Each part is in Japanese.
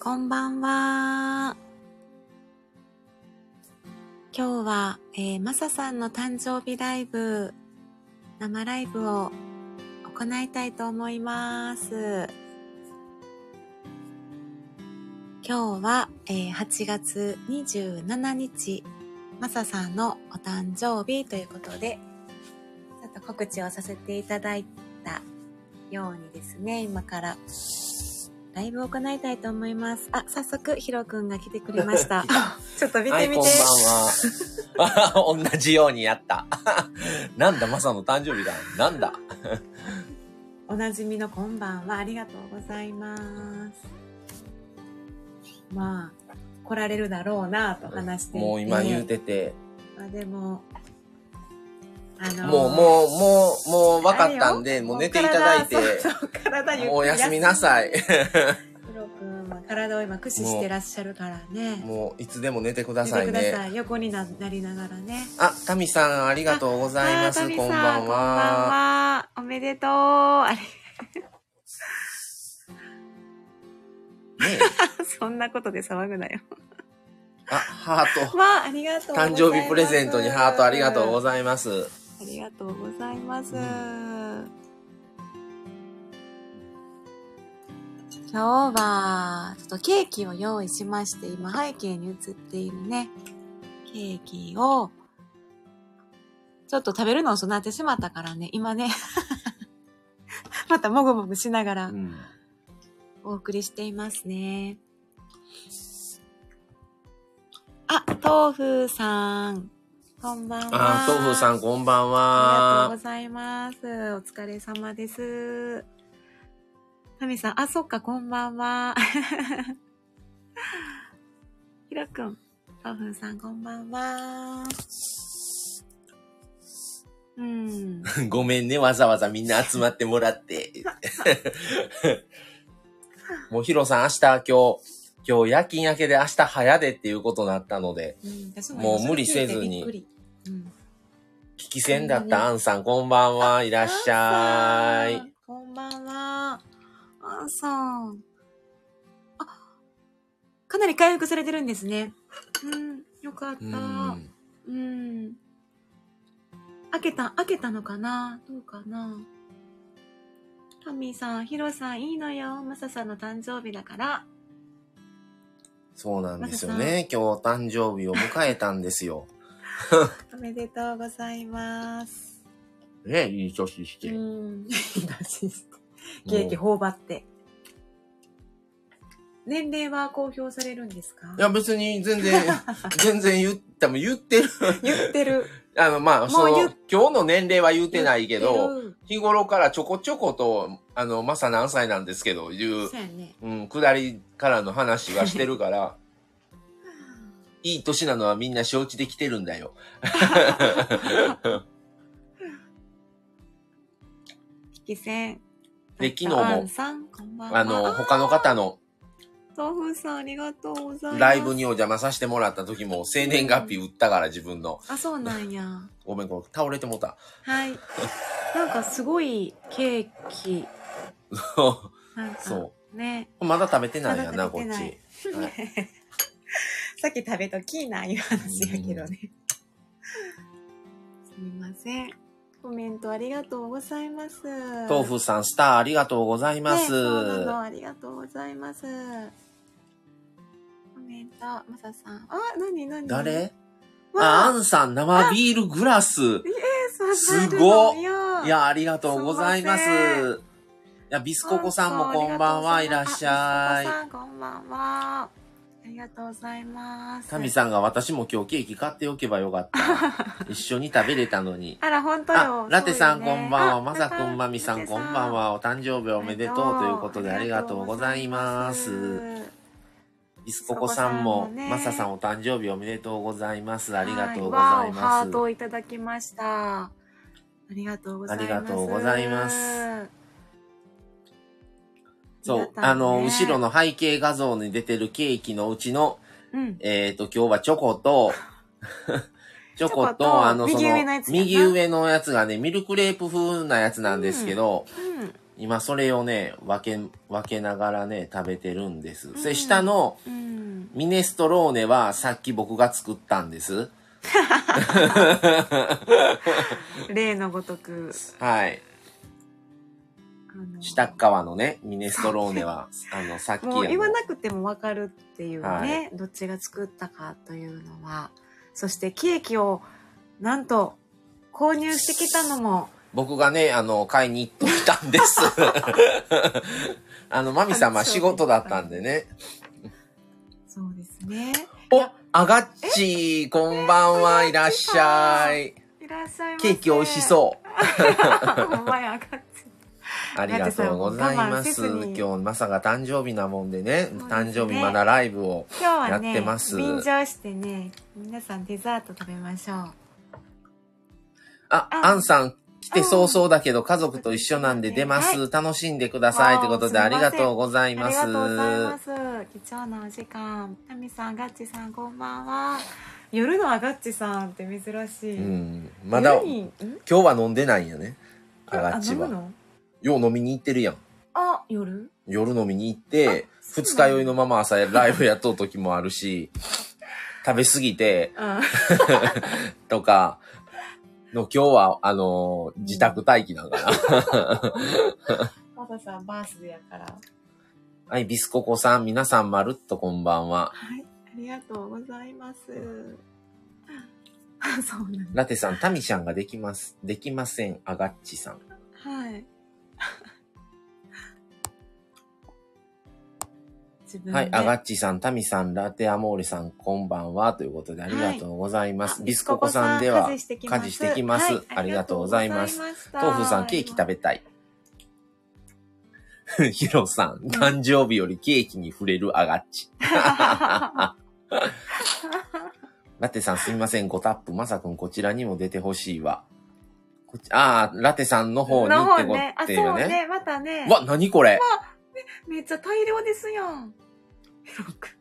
こんばんは。今日は、えー、マサさんの誕生日ライブ、生ライブを行いたいと思います。今日は、えー、8月27日、マサさんのお誕生日ということで、ちょっと告知をさせていただいたようにですね、今からライブを行いたいと思います。あ、早速、ヒロ君が来てくれました。 ちょっと見てみて。はい、こんばんは。同じようにやった。 なんだ、マサの誕生日だ。なんだ。おなじみのこんばんは。ありがとうございます。まあ来られるだろうなと話していて、もう今言うてて、まあ、でも、あのー、もうもうもうもう分かったんでもう寝ていただいてもう休みなさい 黒くんは体を今駆使してらっしゃるからねもういつでも寝てくださいね横になりながらねあタミさんありがとうございますこんばんはこんばんはおめでとうあれね、 そんなことで騒ぐなよあ、ハート。わあ、ありがとう誕生日プレゼントにハートありがとうございます。ありがとうございます。うん、今日は、ちょっとケーキを用意しまして、今背景に映っているね、ケーキを、ちょっと食べるのを備えてしまったからね、今ね またもぐもぐしながら、うんお送りしていますね。あ、豆腐さん。こんばんは。あ、豆腐さんこんばんは。ありがとうございます。お疲れ様です。タミさん、あ、そっか、こんばんは。 ひろくん、豆腐さんこんばんは。うん。 ごめんね、わざわざみんな集まってもらって。 もうヒロさん明日今日、今日夜勤明けで明日早でっていうことになったので、うん、もう無理せずに。うん、聞き戦だったアンさん、こんばんは、いらっしゃい。こんばんは、アンさん。あ、かなり回復されてるんですね。うん、よかった。うん。うん開けた、開けたのかなどうかなタミさん、ヒロさんいいのよ。マサさんの誕生日だから。そうなんですよね。今日誕生日を迎えたんですよ。おめでとうございます。ねいい年して。うん 、いい年して。ケーキ頬張って。年齢は公表されるんですかいや、別に全然、全然言って、も言ってる。 言ってる。あの、まあ、その、今日の年齢は言うてないけど、日頃からちょこちょこと、あの、まさ何歳なんですけど、いう、う,ね、うん、下りからの話はしてるから、 いい年なのはみんな承知できてるんだよ。引き線。で、昨日も、んんんあの、他の方の、豆腐さんありがとうございます。ライブにお邪魔させてもらった時も生年月日売ったから自分の。あ、そうなんや。ごめん、これ倒れてもた。 はい。なんかすごいケーキ。。そう。そうね。まだ食べてないやな、こっち。 さっき食べときーな、いう話やけどね。すみません。コメントありがとうございます。豆腐さん、スターありがとうございます。ね、そうなありがとうございます。コメント、まささん。あ、なになに誰あ、アンさん、生ビールグラス。ええ、すごいや、ありがとうございます。いや、ビスココさんもこんばんはいらっしゃい。ビスココさん、こんばんは。ありがとうございます。タミさんが私も今日ケーキ買っておけばよかった。 一緒に食べれたのに。あら、本当よ。ラテさん、こんばんは。まさくん、まみさん、こんばんは。お誕生日おめでとうということでありがとうございます。ビスココさんも、マサさんお誕生日おめでとうございます。ありがとうございます。ハートをいただきました。ありがとうございます。ありがとうございます。そう、あの、後ろの背景画像に出てるケーキのうちの、えっと、今日はチョコと、 チョコと、あの、その、右上のやつがね、ミルクレープ風なやつなんですけど、今それをね、分け、分けながらね、食べてるんです。で、下のうん。ミネストローネはさっき僕が作ったんです。例のごとく。はい。あの下っ側のね、ミネストローネ は、あの、さっきあもう言わのなくてもわかるっていうね、はどっちが作ったかというのは。そしてケーキを、なんと、購入してきたのも、僕がね、あの、買いに行ってきたん です。あの、マミ様仕事だったんでね。そうですね。お、あがっち、こんばんは、いらっしゃい。いらっしゃいませ。ケーキ美味し う。そう。お前上がって。ありがとうございます。我慢せず今に日、マサが誕生日なもんでね、そうですね誕生日まだライブを。今日はね、やってます便乗してね、皆さんデザート食べましょう。あ、あアンさん、来て早々だけど家族と一緒なんで出ます。楽しんでください。わあということで、すあみりませんがとうございあまりす。がとうございます。貴重なお時間。タミさん、ガッチさん、こんばんは。夜のはガッチさんって珍しうい。ん。まだ、夜今にん日は飲んでないんやね。ああがっち飲むは。のよう飲みに行ってるやん。あ、夜夜飲みに行って、そうなん二日酔いのまま朝ライブやっとう時もあるし、食べ過ぎてうん。とか、の今日は、あのー自宅待機なんかな。 マサさん、バースデーやから。ははい、ビスココさん、皆さんまるっとこんばんは。い。ありがとうございます。あ そうなんだ。ラテさん、タミちゃんができます。できません、アガッチさん。はい。 自分ではい、アガッチさん、タミさん、ラテアモーレさん、こんばんは。ということで、ありがとうございます。ビスココさんでは、してき家事してきますありがとうございます豆腐さん、ケーキ食べたい。 ヒロさん、誕生日よりケーキに触れるアガッチ。 ラテさん、すみません、ごタップ。まさくん、こちらにも出てほしいわ。こっちあー、ラテさんの方方ににっっててことことよね。あ、そうね。ね。またね。わ、なにこれめっちゃ大量ですやん。広く。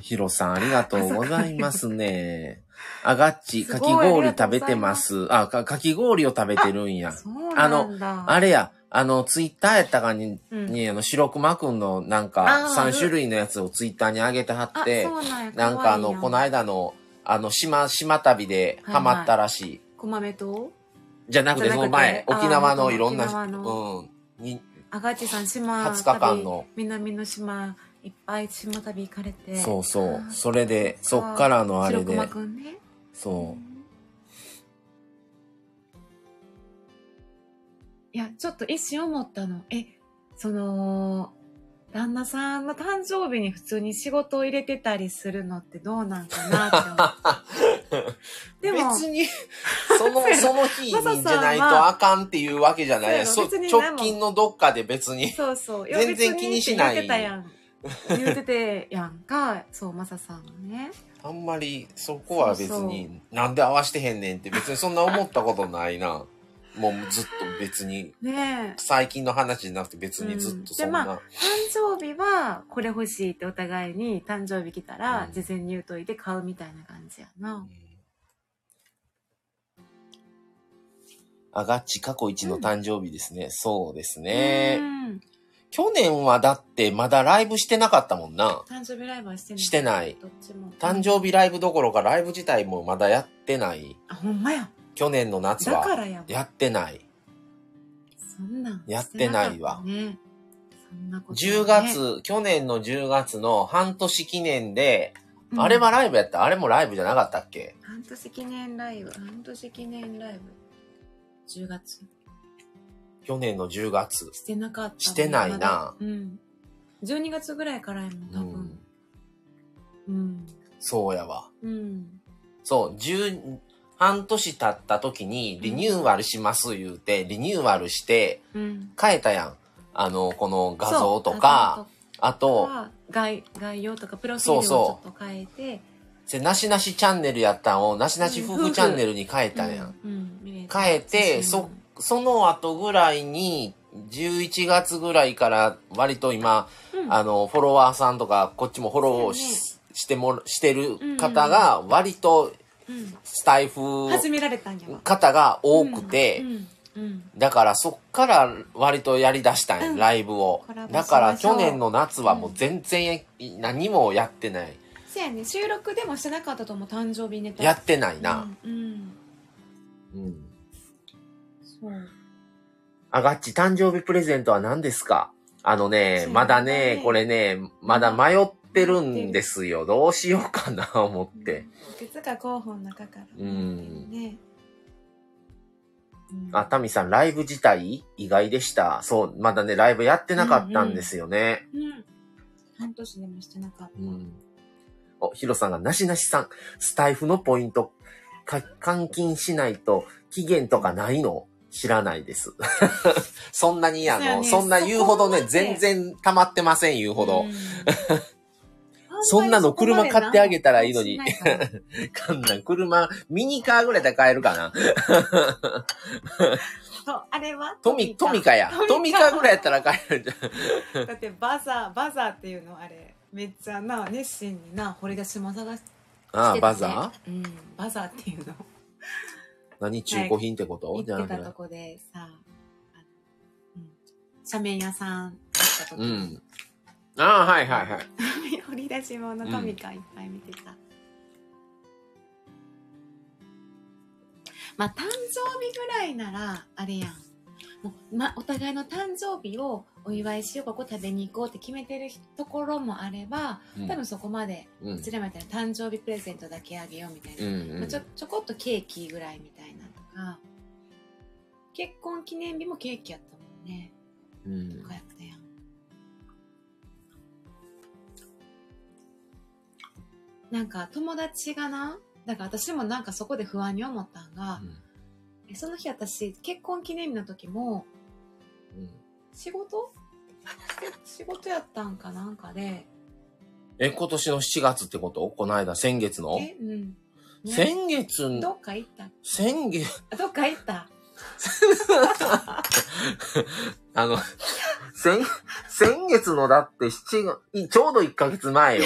ヒロさん、ありがとうございます ね。あがっち、すごかいき氷食べてます。あか、かき氷を食べてるんや。そうなんだ。あれや、あの、ツイッターやったかに、うんに、あの、白熊くんのなんかあ、ー3種類のやつをツイッターに上げてはあって、そうなんや。なんかあの、このい。間の、あの、島、島旅でハマったらしい。こまめと、じゃなくて、じゃそなくての前、あー沖縄のいろんな、沖縄うん、に、あがちさん島、 20日間の旅南の島、いっぱい島旅行かれて。そうそうあ。ーそれで、そっからのあれ白で熊、くんね。そう。いや、ちょっと一瞬思ったの。え、その、旦那さんの誕生日に普通に仕事を入れてたりするのってどうなんかなって 思う。でも、別に、その、その日マサさんはじゃないとあかんっていうわけじゃない。そうそやろ別に何直も近のどっかで別に。そうそう。いや全然気にしない別にって言ってたやん。言っててやんか。そう、マサさんがね。あんまり、そこは別に、なんで合わしてへんねんって別にそんな思ったことないな。もうずっと別に、ねえ。最近の話じゃなくて別にずっとそんな。うんでま誕生日はこれ欲しいってお互いに誕生日来たらうん事前に言うといて買うみたいな感じやな。あがっち過去一の誕生日ですね。そうですうね。ん去年はだってまだライブしてなかったもんな。誕生日ライブはしてない。してない。どっちも。誕生日ライブどころかライブ自体もまだやってない。あ、ほんまや。去年の夏だかはらやわ。やってない。そんなん。やってないわしてかったね。そんなこと、ね。 10月、去年の10月の半年記念で、うん。あれはライブやったあれもライブじゃなかったっけ半年記念ライブ。半年記念ライブ。10月。去年の10月。してなかったね。してないなまだうん。12月ぐらいからやもん、う多ん分。。うん。そうやわ。うん。そう、10、半年経った時にリニューアルします言うて、リニューアルしてうん。変えたやん。あの、この画像とそうか、、画あ像とと、か概概要とか、プロフィールをちそょうっと変えて、せなしなしチャンネルやったんを、なしなし夫婦チャンネルに変えたやん。うん。うん見れた変えて、そ、その後ぐらいに、11月ぐらいから割と今、うんあの、フォロワーさんとか、こっちもフォローし,、そうねしてもら、してる方が、割とうんスタイフ始められたんやわ。方が多くて、うんうんうんだからそっから割とやりだしたんや、うんライブをコラボしましだょうから去年の夏はもう全然何もやってない、せやね収録でもしてなかったと思う誕生日ネタやってないな、うん、うんうんそうあがっち誕生日プレゼントは何ですかあのねそうまだねねこれねまだ迷ってるんですよどうしようかな 思って、いくつか候補の中からうんね、うんあ、タミさん、ライブ自体意外でした。そう、まだね、ライブやってなかったんですよね。うん半年でもしてなかった、うんお、ヒロさんが、なしなしさん、スタイフのポイント、か、換金しないと、期限とかないの知らないです。 そんなに、あそうやの、ねそんな言うほどねそ、こまで全然溜まってません、言うほど。 うんそんなの車買ってあげたらいいのにあんまりそこまでなかんなん、車、ミニカーぐらいで買えるかな。そうあれはトミ、トミカや。トトミミカカぐらいやったら買える んじゃん。だってバザーバザーっていうのあれめっちゃな熱心にな掘り出しも探してあたあ、ねバザーうんバザーっていうの何中古品ってこと、行じゃなってくてたとこでさあの、うん、斜面屋さん行った時、うん。ああ、はいはいは い。掘り出し物トミカいっぱい見てた、まあ誕生日ぐらいならあれやんもう、ま、お互いの誕生日をお祝いしようここ食べに行こうって決めてるところもあればうん多分そこまでううちらみたいな誕生日プレゼントだけあげようみたいな、んまあちょちょこっとケーキぐらいみたいなとか結婚記念日もケーキやったもんねうんとかやったやんなんか友達がななんか私もなんかそこで不安に思ったんが、えその日私結婚記念日の時もうん仕事仕事やったんかなんかでえ、今年の7月ってことこの間、先月のえうん、ね先月んど、っか行った先月、 あどっか行ったあの、先、先月のだって7月、いちょうど1ヶ月前よ。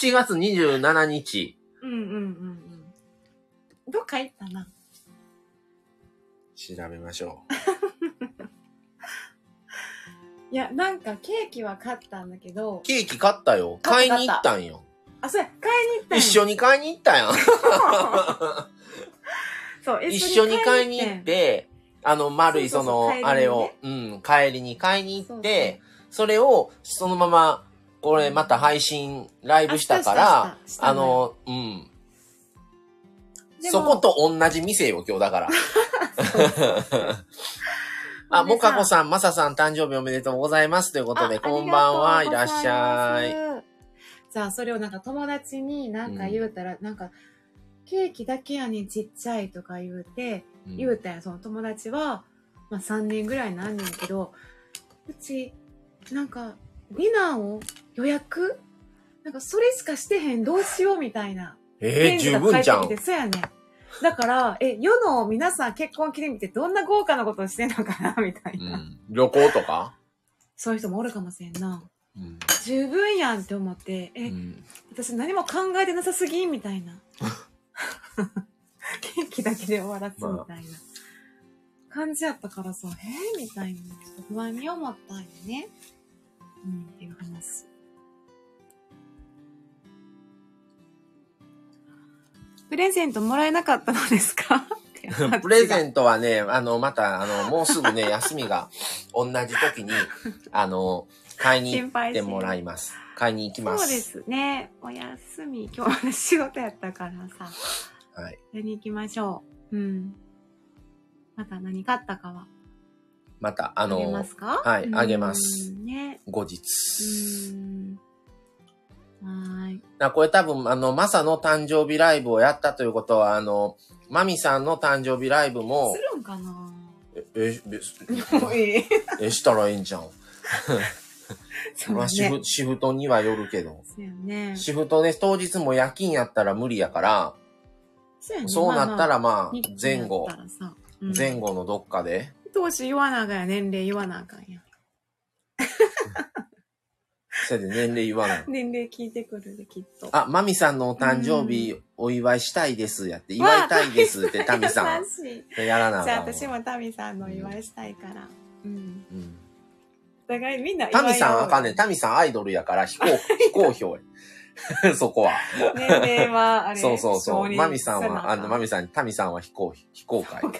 7月27日。うんうんうんうんどっか行ったな調べましょいやなんかケーキは買ったんだけどう。ケーキ買ったよ。買いに行ったんよ。あそうや買いに行ったんや一緒に買いに行ったやん。 そう一緒に買いに行って、あの、丸いそそうそうのそう、あれを、うん、帰りに買いに行っそうそうて、それを、そのまま、これまた配信、ライブしたかあらしたしたし、たあの、うん。でもそこと同じ店よ、今日だから。でさあ、もかこさん、まささん誕生日おめでとうございます。というこあとで、ありがとうこんばんはいらっしゃごい。ざますじゃあそれをなんか友達になんか言うたら、なんかケーキだけやねんちっちゃいとか言うて、うん言うたんやその友達は、まあ、3年ぐらいなんねんけどうちなんかディナーを予約なんかそれしかしてへんどうしようみたいなえー、十分じゃ返ってんき。てそうやねんだからえ世の皆さん結婚記念日ってどんな豪華なことをしてんのかなみたいうな、ん。旅行とかそういう人もおるかもしれんなうん。十分やんって思ってうえ、ん私何も考えてなさすぎみたいな ケーキだけで終わらすみたいな感じやったからさえー、みたいなちょっと不安に思ったんよねうんっていう話プレゼントもらえなかったのですか っていう話がプレゼントはね、あの、また、あの、もうすぐね、 休みが同じ時に、あの、買いに行心配っしててもらいます。買いに行きそまうす。ですねお休み今日は仕事やったからさはい。やりに行きましょう。うん。また何買ったかは、また、ああげのま、すかはいうんあげますね。後日。うん。はーい。あこれ多分、あの、マサの誕生日ライブをやったということは、あの、マミさんの誕生日ライブもす、るんか なえ、え、べもういい。え、したらええんじゃん。そうまだあ、シ ねフ、。シフトにはよるけど。そうやね。シフトね、当日も夜勤やったら無理やから、そうやねそうなった、らまあ日、記前後やっ、たらさ。うん前。後のどっかで、当時言わなあかんや、年齢言わなあかんや。そうやで年齢言わない。年齢聞いてくるで、きっと。あ、マミさんのお誕生日お祝いしたいですやって、祝いたいですってタミさん優。しい。やらなあじゃあかんわ私もタミさんのお祝いしたいから。うん。うんお互いみんな祝いタ合おうミさんあかんねん。タミさんアイドルやから 非公非公表や そこは。年齢はあれ。そうそうそ承う。認マミさんせなは、あの、マミ。ミさん、タミさんは非公、非公開。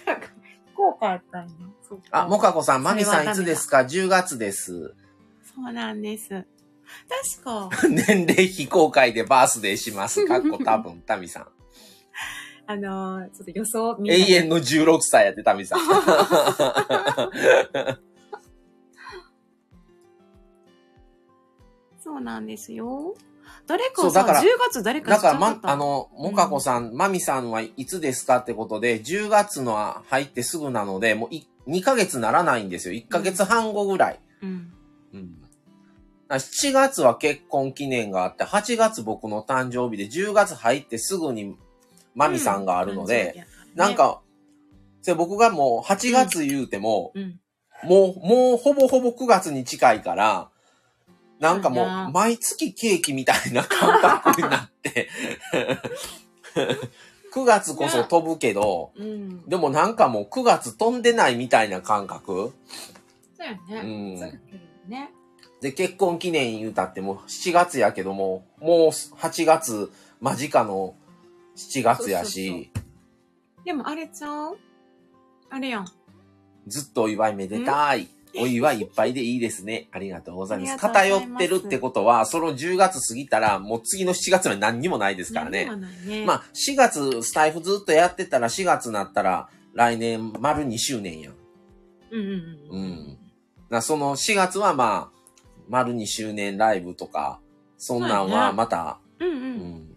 効果やったんや。そうかあ、モカコさん、マミさそれはんダいメだつですか ?10 月です。 そうなんです。確か、年齢非公開でバースデー します。かっこ多分、タミさん。あのーちょっと予想みんな永遠の16歳やって、タ ミさん。そうなんですよ。誰かそうださ、から10月誰かだしから、ちゃまっ、たあの、もかこさん、まみさんはいつですかってことで、10月のは入ってすぐなので、もうい2ヶ月ならないんですよ。1ヶ月半後ぐらい。うん。うん。7月は結婚記念があって、8月僕の誕生日で、10月入ってすぐにまみさんがあるので、うなん、か、それ僕がもう8月言うても、うん。もう、もうほぼほぼ9月に近いから、なんかもそうやなう、毎月ケーキみたいな感覚になって、9月こそ飛ぶけど、うん。でもなんかもう9月飛んでないみたいな感覚そううやね。んそうだけどね。で、結婚記念言うたってもう7月やけども、もう8月間近の7月やし、でもあれちゃうあれやん。ずっとお祝いめでたい。お祝いいっぱいでいいですね。ありがとうございまありす。がとうござい偏ますってるってことは、その10月過ぎたら、もう次の7月には何にもないですからね何。もないね。まあ、4月、スタイフずっとやってたら、4月になったら、来年丸2周年やん。うんうんう。うんん。な、その4月はまあ、丸2周年ライブとか、そんなんまあはねまた、うんう。うんん、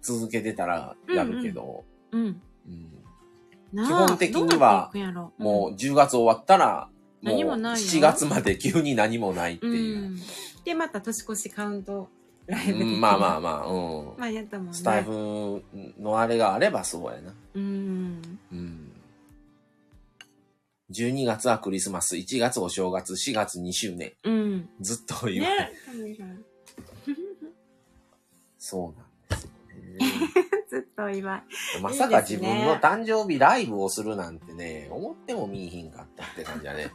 続けてたらやるけど、うん。うんなあ基本的にどは、うなっていくんやろもう10月終わったら、もう何もないよ7月まで急に何もないってうん、いう。うん。で、また年越しカウントライブうん、まあまああ。まあ、うん。まあやったもんね。スタイフのあれがあればそうやな。うん。うん。12月はクリスマス、1月お正月、4月2周年。うん。ずっと言われ、ね。神様そうなんです よ ずっとお祝い。ね。まさか自分の誕生日ライブをするなんてね、思っても見いひんかったって感じだね。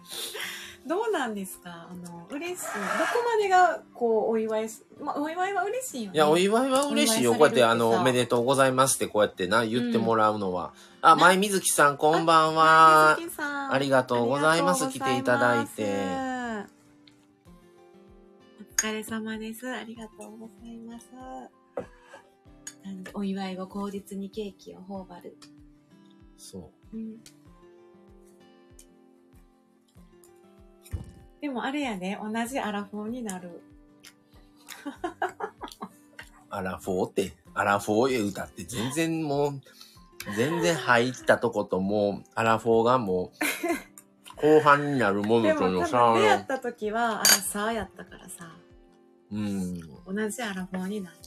どうなんですかあの、嬉しい。どこまでが、こう、お祝いす、まあ、お祝いは嬉しいよね。いや、お祝いは嬉しいよ。おこ祝いされるうやっってて、さあの、おめでとうございますって、こうやってな、言ってもらうのは。あ、前みずきさん、こんばんは。水木さんありがとうございます。来ていただいあて。りがとうございますお疲れ様です。ありがとうございます。なんでお祝いを口実にケーキを頬張る。そうんでもあれやね、同じアラフォーになる。う。アラフォーって、アラフォーへ歌って、全然もう、全然入ったとこと、もう、アラフォーがも う、後半になるもでものとの多分出会っさ、た時はアラサーやったからさ、うん、同じアラフォーになって。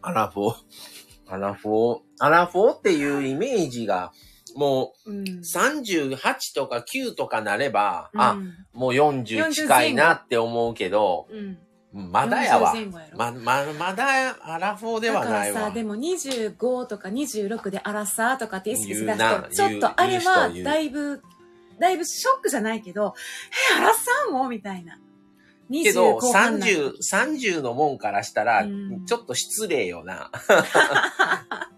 アラフォー、アラフォー、アラフォーっていうイメージが、もうんう、。38とか9とかなれば、あ、うんもう40近いなって思うけど、うん。まだやわ40。前後やろま、ま、まだアラフォーではないだからわさ、。でも25とか26でアラサーとかって意識しだすと、ち言うなょっとあれは言う言う人言うだいぶ、だいぶショックじゃないけど、え、アラサーもみたいな。けど、 25半な30、30のもんからしたらうん、ちょっと失礼 よな。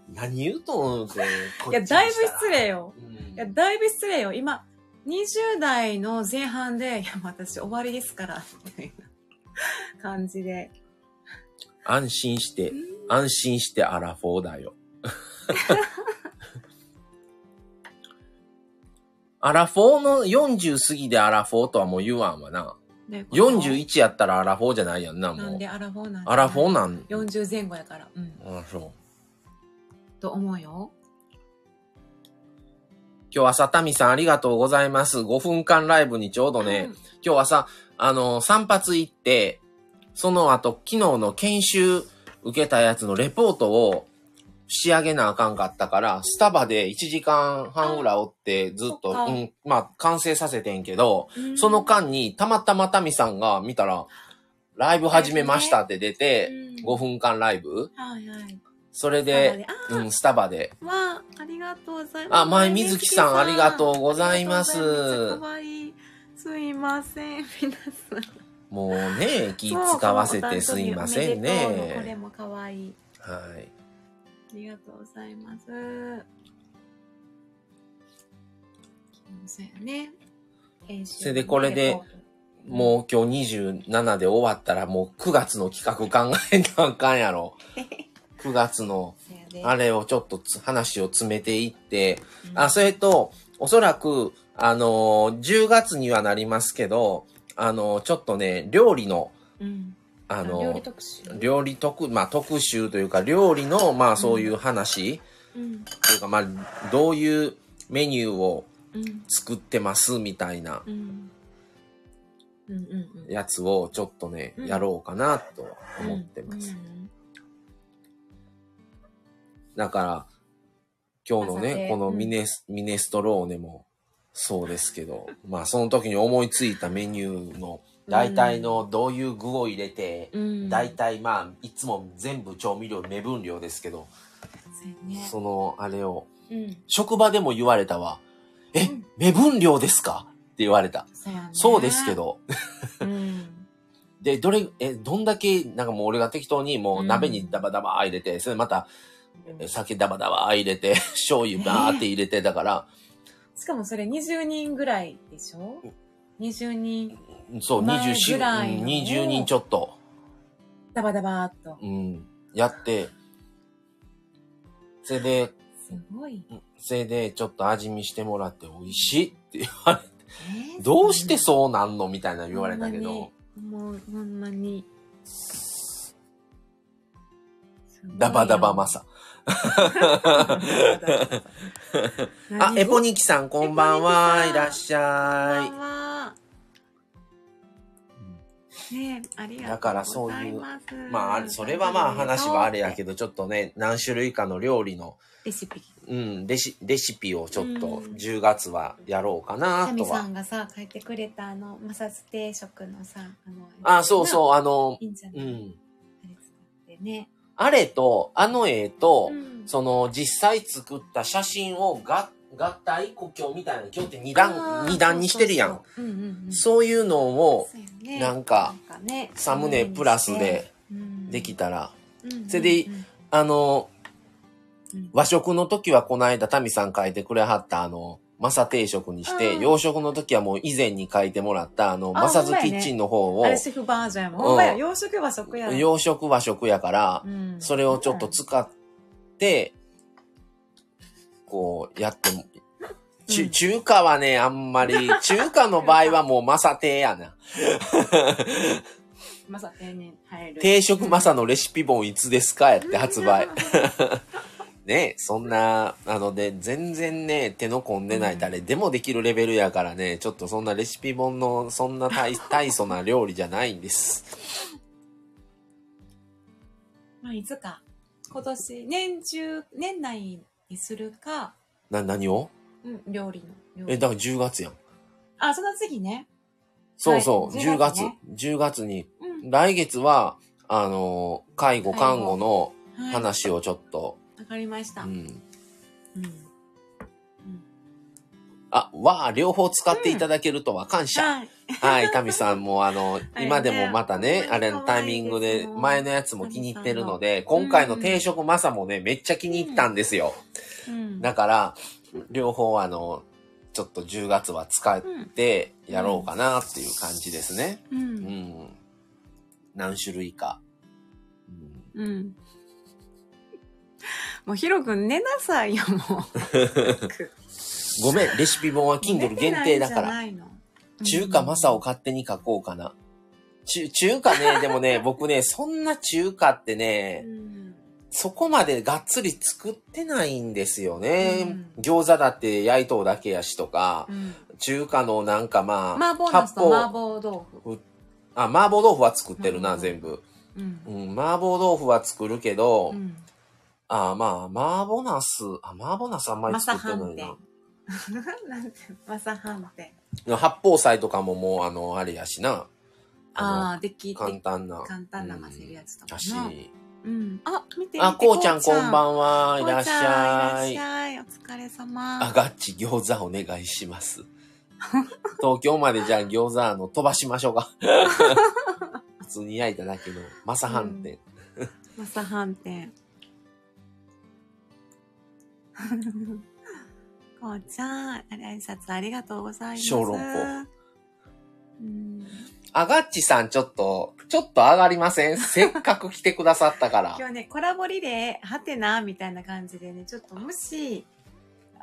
何言うと思うて。こっいや、だちにしたらいぶ失。礼よ。うんいや、だいぶ失礼よ。今、20代の前半で、いや、もう私終わりですから、みたいな感じで。安心して、安心してアラフォーだ よ。アラフォーの40過ぎでアラフォーとはもう言わんわな。でこの41やったらアラフォーじゃないやんな、なもんうで。アラフォーなんアラフォーななん。 ?40 前後やから。うん。あ、そう。と思うよ。今日朝、タミさんありがとうございます。5分間ライブにちょうどね、うん今日朝、あの、散髪行って、その後、昨日の研修受けたやつのレポートを仕上げなあかんかったから、スタバで1時間半ぐらいおって、ずっそっと、かうん、まあ、完成させてんけど、うんその間に、たまたまタミさんが見たら、ライブ始めましたって出て、うん5分間ライブはいはい。それスで、タバうでん、スタバで。あ、わあ、ありがとうございます。あ、前水木さんありがとうごうざいまかす。わいい。すいません、皆さん。もうね、気使わせてすいまそせんうお誕生日おめでとうのこれね。も可愛い。はい。ありがとうございます。気のせいやね。編集それでこれで、もう今日27で終わったらもう9月の企画考えなあかんやろ。9月のそうやであれをちょっとつ話を詰めていって、うんあ、それと、おそらく、あのー10月にはなりますけど、あのーちょっとね、料理の、うん。あのー料理特集。料理特、まあ特集というか、料理の、まあそういう話、うん。というか、まあ、どういうメニューをうん。作ってますみたいなうん。うん。うん。やつをちょっとね、うんやろうかなと思ってます。うんだから、今日の朝ねで、このミネス、ミネストローネもそうですけど、まあその時に思いついたメニューの大体のどういう具を入れて、うん。大体まあいつも全部調味料目分量ですけど、そうやね。そのあれを、うん。職場でも言われたわ。えうん、目分量ですかって言われた。そうやね。そうですけ。ど、うん。で、どれ、え、どんだけ、なんかもう俺が適当にもう鍋うにんダバダバ入れて、それでまた酒ダバダバ入れて、 醤油バーって入れて、だから、しかもそれ20人ぐらいでしょ ?20 人、そう、前20ぐらいの二十人ちょっと、ダバダバーっと。うん、やって、それで、すごい。それでちょっと味見してもらって美味しいって言われえーどうしてそうなんのみたいな言われたけど、。ほんまにもう、ほんまに。ダバダバマサ。あ、エポニキさんこんばんは、エポニキさんいらっしキゃい。ねえ、ありがとうございます。だからそういうまああれ、それはまあ話はあれやけど。ど、ちょっとね、何種類かの料理の、レシピ。うん、レシレシピをちょっとうん10月はやろうかサなとミさは。んがさ、書いてくれたあの、摩擦定食のさ、あの、あ、そうう。そう、あの、いいんじゃなうい、ん。あれ作ってね。あれと、あの絵と、うんその実際作った写真をが合体、故郷みたいな、今日って二あ段、ー二段にしてるやん。そそううそうそううんうんうんいうのを、そうやねなんかなんかねサムネプラスでできた。たら、うんそれでうんあの、うん和食の時はこの間、タミさん書いてくれはった、あの、マサ定食にして、うん洋食の時はもう以前に書いてもらった、あの、あマサほんズまやキねッチンの方をあ、れシェフバージョンやもん。ほんまや、うん洋食は食や。洋食和食やからう、んそれをちょっと使って、こう、やっても、う中ん中華はね、あん まり、中華の場合はもうマサ定やな。まさ定年入る。定食マサのレシピ本いつですかやって発売。ね、そんな、なので、全然ね、手の込んでない誰でもできるレベルやからね、ちょっとそんなレシピ本の、そん な大大層な料理じゃないんです。 まあ、いつか、今年、年中、年内にするか、な、何をうん、料理の。料理え、だから10月やん。あ、その次ね。そうそはう、い10 10月月10ね月。に、うん。来月は、あのー、介護、看護のはい。わ話をちょっと、かりました。ううん。ん。うん。あ、わあ、両方使っていただけるとは感謝。はい。はい、タミさんもあの、はい今でもまたねね、あれのタイミング可愛いで、ですもん前のやつも気に入ってるので、今回の定食マサもね、めっちゃ気に入ったんですよ。うん。だから、両方あの、ちょっと10月は使っうん。てやろうかなっていう感じですね。う。うんん。何種類か。うんうん。 もう、ヒロ君寝なさいよ、もう。ごめん、レシピ本は Kindle 限定だか出てら。ないんじゃないの中華マサを勝手に書こうかな。中、中華ね、でも ね、僕ね、そんな中華ってね、うんそこまでがっつり作ってないんですよね。う餃子だって焼いとうだけやしとかう、ん中華のなんかまあ、麻婆茄子と麻八婆宝豆腐あ、麻婆豆腐は作ってるな、麻婆全部。うんうん、麻婆豆腐は作るけど、うんあまあ、麻婆茄子、あ、麻婆茄子あんまりマサ作ってハなンいテな。ン なんてマサハンテン八宝菜とかももうあの、あれやしな。あああ、できの、簡単な。簡単な混ぜるやつとかだなし。うん。あ、見て見て。あ、こうちゃんこんばんんは。いこらうっちしゃんゃいいら。っしゃい。お疲れ様。あがっち餃子お願いします。 東京までじゃあ餃子あの飛ばしましょう か。普通に焼いただけの、マサハン店。マサハン テン。こうちゃん、あれ挨拶ありがとうございます。小籠包うん。あがっちさんちょっと、ちょっと上がりませんせっかく来てくださったから今。日ね、コラボリレー、はてな、みたいな感じでね、ちょっともし、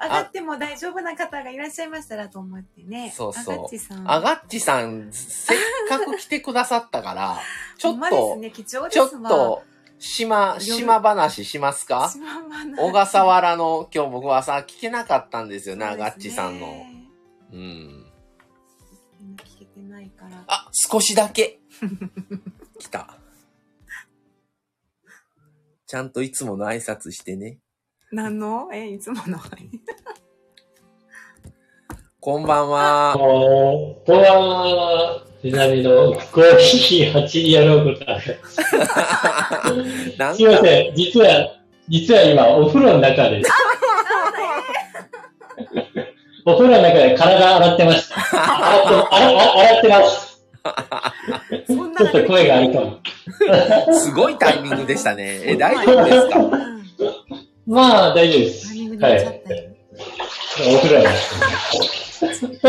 上がっても大丈夫な方がいらっしゃいましたらと思ってね。そうそうあがっちさん。あがっちさん、せっかく来てくださった から、ちょほんっまですと、ね、貴重ですちょわ。っと、島、島話しますか島話小笠原の今日僕はさ、聞けなかったんですよね、あがっちさんそうでのす。ねうん。聞けてないから。あ、少しだ け。来た。ちゃんといつもの挨拶してね。何のえ、いつもの。こんばんは。こんばんは。南のコーヒー8にやろうことある。なんすいまか、せん。実は、実は今、お風呂の中です。お風呂の中で体洗ってました。洗ってああ洗ってます。そん ちょっと声があるかも。すごいタイミングでしたね。 え、大丈夫ですかうんまあ、大丈夫でタすイミング。にはよっいちゃったよ。。お風呂です。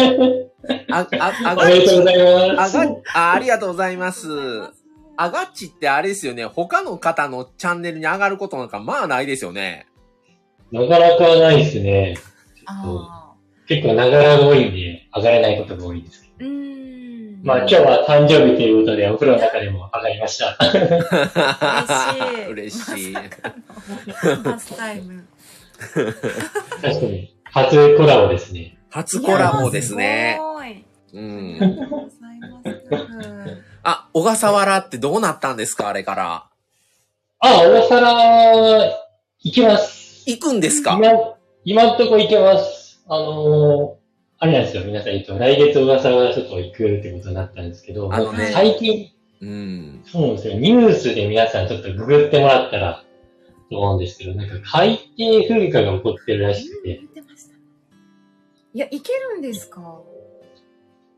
あ、あ、あおがめでとうごっざいまあす。があ、ありがとうございまありがとうございすま。すあがっちってあれですよね。他の方のチャンネルに上がることなんかまあないですよね。なかなかないですね。あ結構、ながらが多いんで、上がれないことが多いですけーど。うーん。まあ今日は誕生日ということで、お風呂の中でも上がりました。しい嬉しい。マスタイム。確かに。初コラボですね。初コラボですいやねー。。すごい。うありんが。とうございます。あ、小笠原ってどうなったんですかあれから。あ、大皿、行きます。行くんですか今、今んとこ行けます。あのー、あれなんですよ、皆さん、えっと、来月小笠原諸島行くってことになったんですけど、あのね最近、うん。そうなんですよ、ニュースで皆さんちょっとググってもらったらと思うんですけど、なんか海底噴火が起こってるらしくて、言ってました。いや、いけるんですか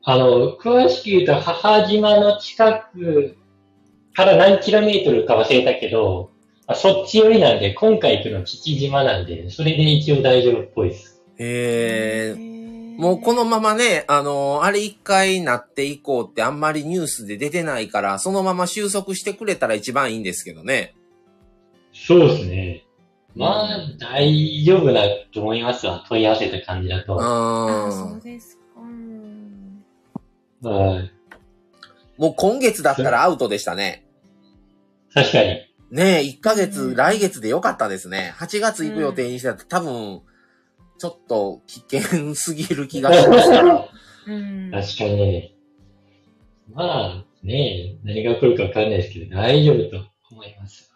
あの、詳しく言うと、母島の近くから何キロメートルか忘れたけど、あそっち寄りなんで、今回行くの父島なんで、それで一応大丈夫っぽいです。へえ。ーもうこのままね、あのあれ一回なっていこうってあんまりニュースで出てないから、そのまま収束してくれたら一番いいんですけどね。そうですね。まあ、大丈夫だと思いますわ。問い合わせた感じだと。あーあーそうですか。うんはいもう今月だったらアウトでしたね。確かに。ねえ、1ヶ月、うん来月でよかったですね。8月行く予定にしてたって多分、ちょっと危険すぎる気がしました うん。確かにね。まあ、ね何が起こるかわかんないですけど、大丈夫と思います。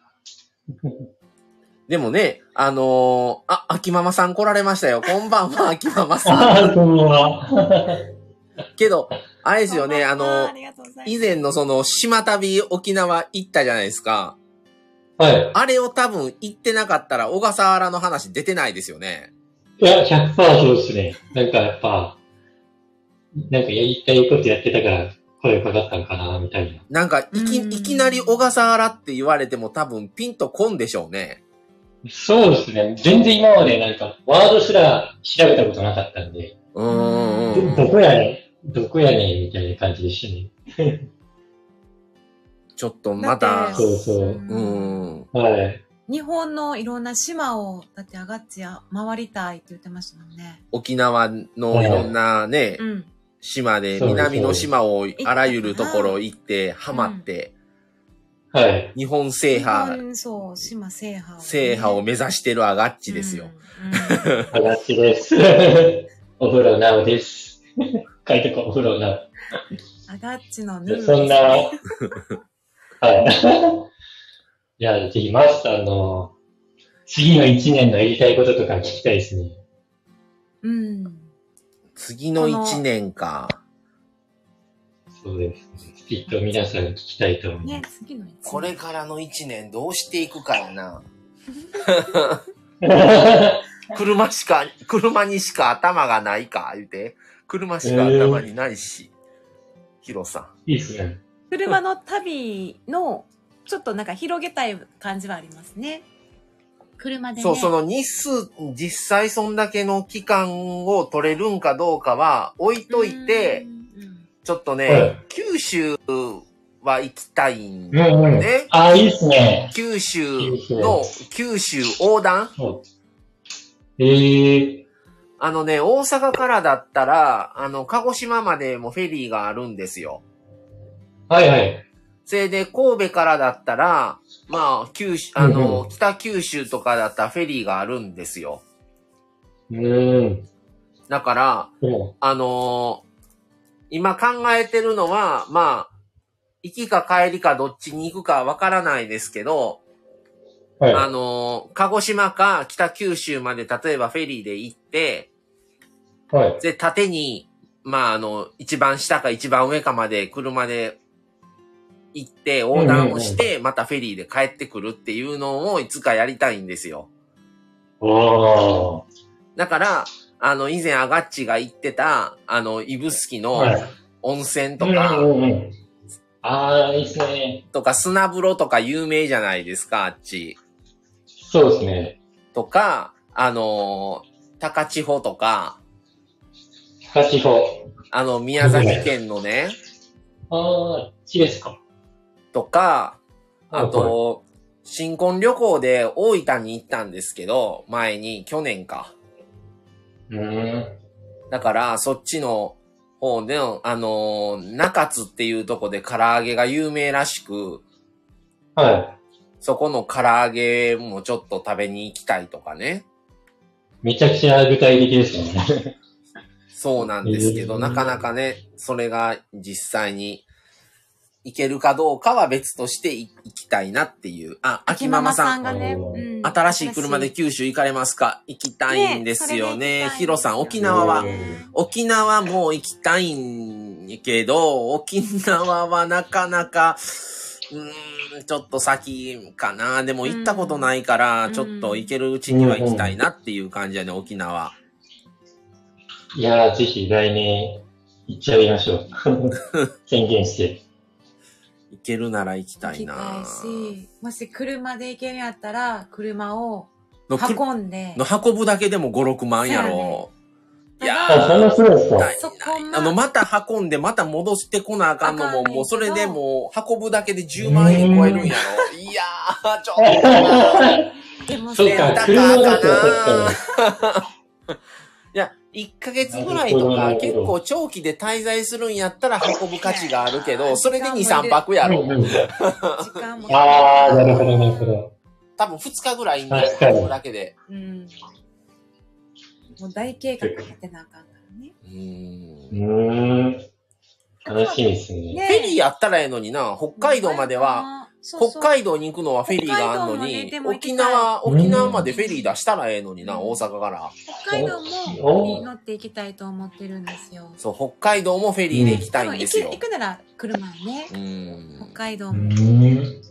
でもね、あのーあ、秋ママさん来られましたよ。こんばんは、秋ママさん。ああ、こんばんは。けど、あれですよね、こあんばんはのあ、りがとうございます以前のその、島旅沖縄行ったじゃないですか。はい。あれを多分行ってなかったら、小笠原の話出てないですよね。いや、100%そうですね。なんかやっぱ、なんかやりたいことやってたから声かかったのかな、みたいな。なんか、いき、うんいきなり小笠原って言われても多分ピンとこんでしょうね。そうですね。全然今までなんかワードすら調べたことなかったんで、うーうんん。どこやねんどこやねんみたいな感じでしたね。ちょっとまた、そうそううーん。はい。日本のいろんな島を、だってアガッチや回りたいって言ってましたもんね。沖縄のいろんなね、ん。島で、そうそう南の島をあらゆるところ行って、ハマって、はい。日本制日覇、本そう、島制覇をね、制覇を目指してるアガッチですよ。うん。うん 話です。お風呂なおです。書いてこう、お風呂なお。アガッチのヌーですねそんな、はい。いや、ぜひマスターの次の1年のやりたいこととか聞きたいですね。うん。次の一年か。そうですね。きっと皆さん聞きたいと思います。ね、次の一年これからの一年どうしていくかやな。車しか、車にしか頭がないか、言うて。車しか頭にないし。ヒロさん。 いいですね。車の旅の、ちょっとなんか広げたい感じはありますね。車でね。そう、その日数、実際そんだけの期間を取れるんかどうかは置いといて、うんうんちょっとね、うん九州は行きたいんうだんようんね。。あ、いいですね。九州の、九州横断そうええあのね、大阪からだったら、あの、鹿児島までもフェリーがあるんですよ。はいはい。それで、神戸からだったら、まあ、九州、あうんうのん、北九州とかだったらフェリーがあるんですよ。うん。だから、でも、あのー今考えてるのは、まあ、行きか帰りかどっちに行くかわからないですけど、はい。あのー鹿児島か北九州まで例えばフェリーで行って、はい。で、縦に、まあ、あの、一番下か一番上かまで車で行って、横断をして、またフェリーで帰ってくるっていうのをいつかやりたいんですよ。おー。だから、あの、以前アガッチが行ってた、あの、指宿のはい。温泉とうんか、うんうん。ああ、いいですね。とか砂風呂とか有名じゃないですか、あっち。そうですね。とか、あのー高千穂とか、高千穂。あの、宮崎県のね、ああ、ちですか。とか、はいあと、新婚旅行で大分に行ったんですけど、前に、去年か。うん。だから、そっちの方での、あのー中津っていうとこで唐揚げが有名らしく、はそこの唐揚げもちょっと食べに行きたいとかね。い。めちゃくちゃ具体的ですよね。 そうなんですけど、うんなかなかね、それが実際に行けるかどうかは別として行きたいなっていう。あ、秋ママさん。がね、う新しい車で九州行かれますか行きたいんですよね。ヒロさん、沖縄はうん。沖縄も行きたいんやけど、沖縄はなかなか、うーん、ちょっと先かな。でも行ったことないから、うんちょっと行けるうちには行きたいなっていう感じやね、沖縄。いやー、ぜひ来年行っちゃいましょ う。宣言して。行けるなら行きた行いきな。たいし、もし車で行けるんやったら、車をのく運んで、の運ぶだけでも5、6万やろ。いやあ、そんーなするんですかないそこまあの、また運んで、また戻してこなあかんのあかんねもん、けどもうそれでもう、運ぶだけで10万円超えるんやろ。いやー、ちょっとでもそうレンか、タカ車ーだとかな確かいや、1ヶ月ぐらいとか、結構長期で滞在するんやったら運ぶ価値があるけど、それで2、3泊やに。ろ。うんうん時間も。ああ、なるほど、なるほど。多分2日ぐらいに確かに運ぶだけで。うん。もう大計画立てなあかんからね。うーうんーん。楽しみですね。フェリーやったらええのにな、北海道までは、北道海道に行くのはフェリーがある北海道、まのにででも行沖きたい縄、沖縄までフェリー出したらええのにな、うん大阪から。北海道もに乗っていきたいと思ってるんですよ。そう、北海道もフェリーで行きた多分いんで行すきよ行。くなら車ね。うん北。海道うも。ーん。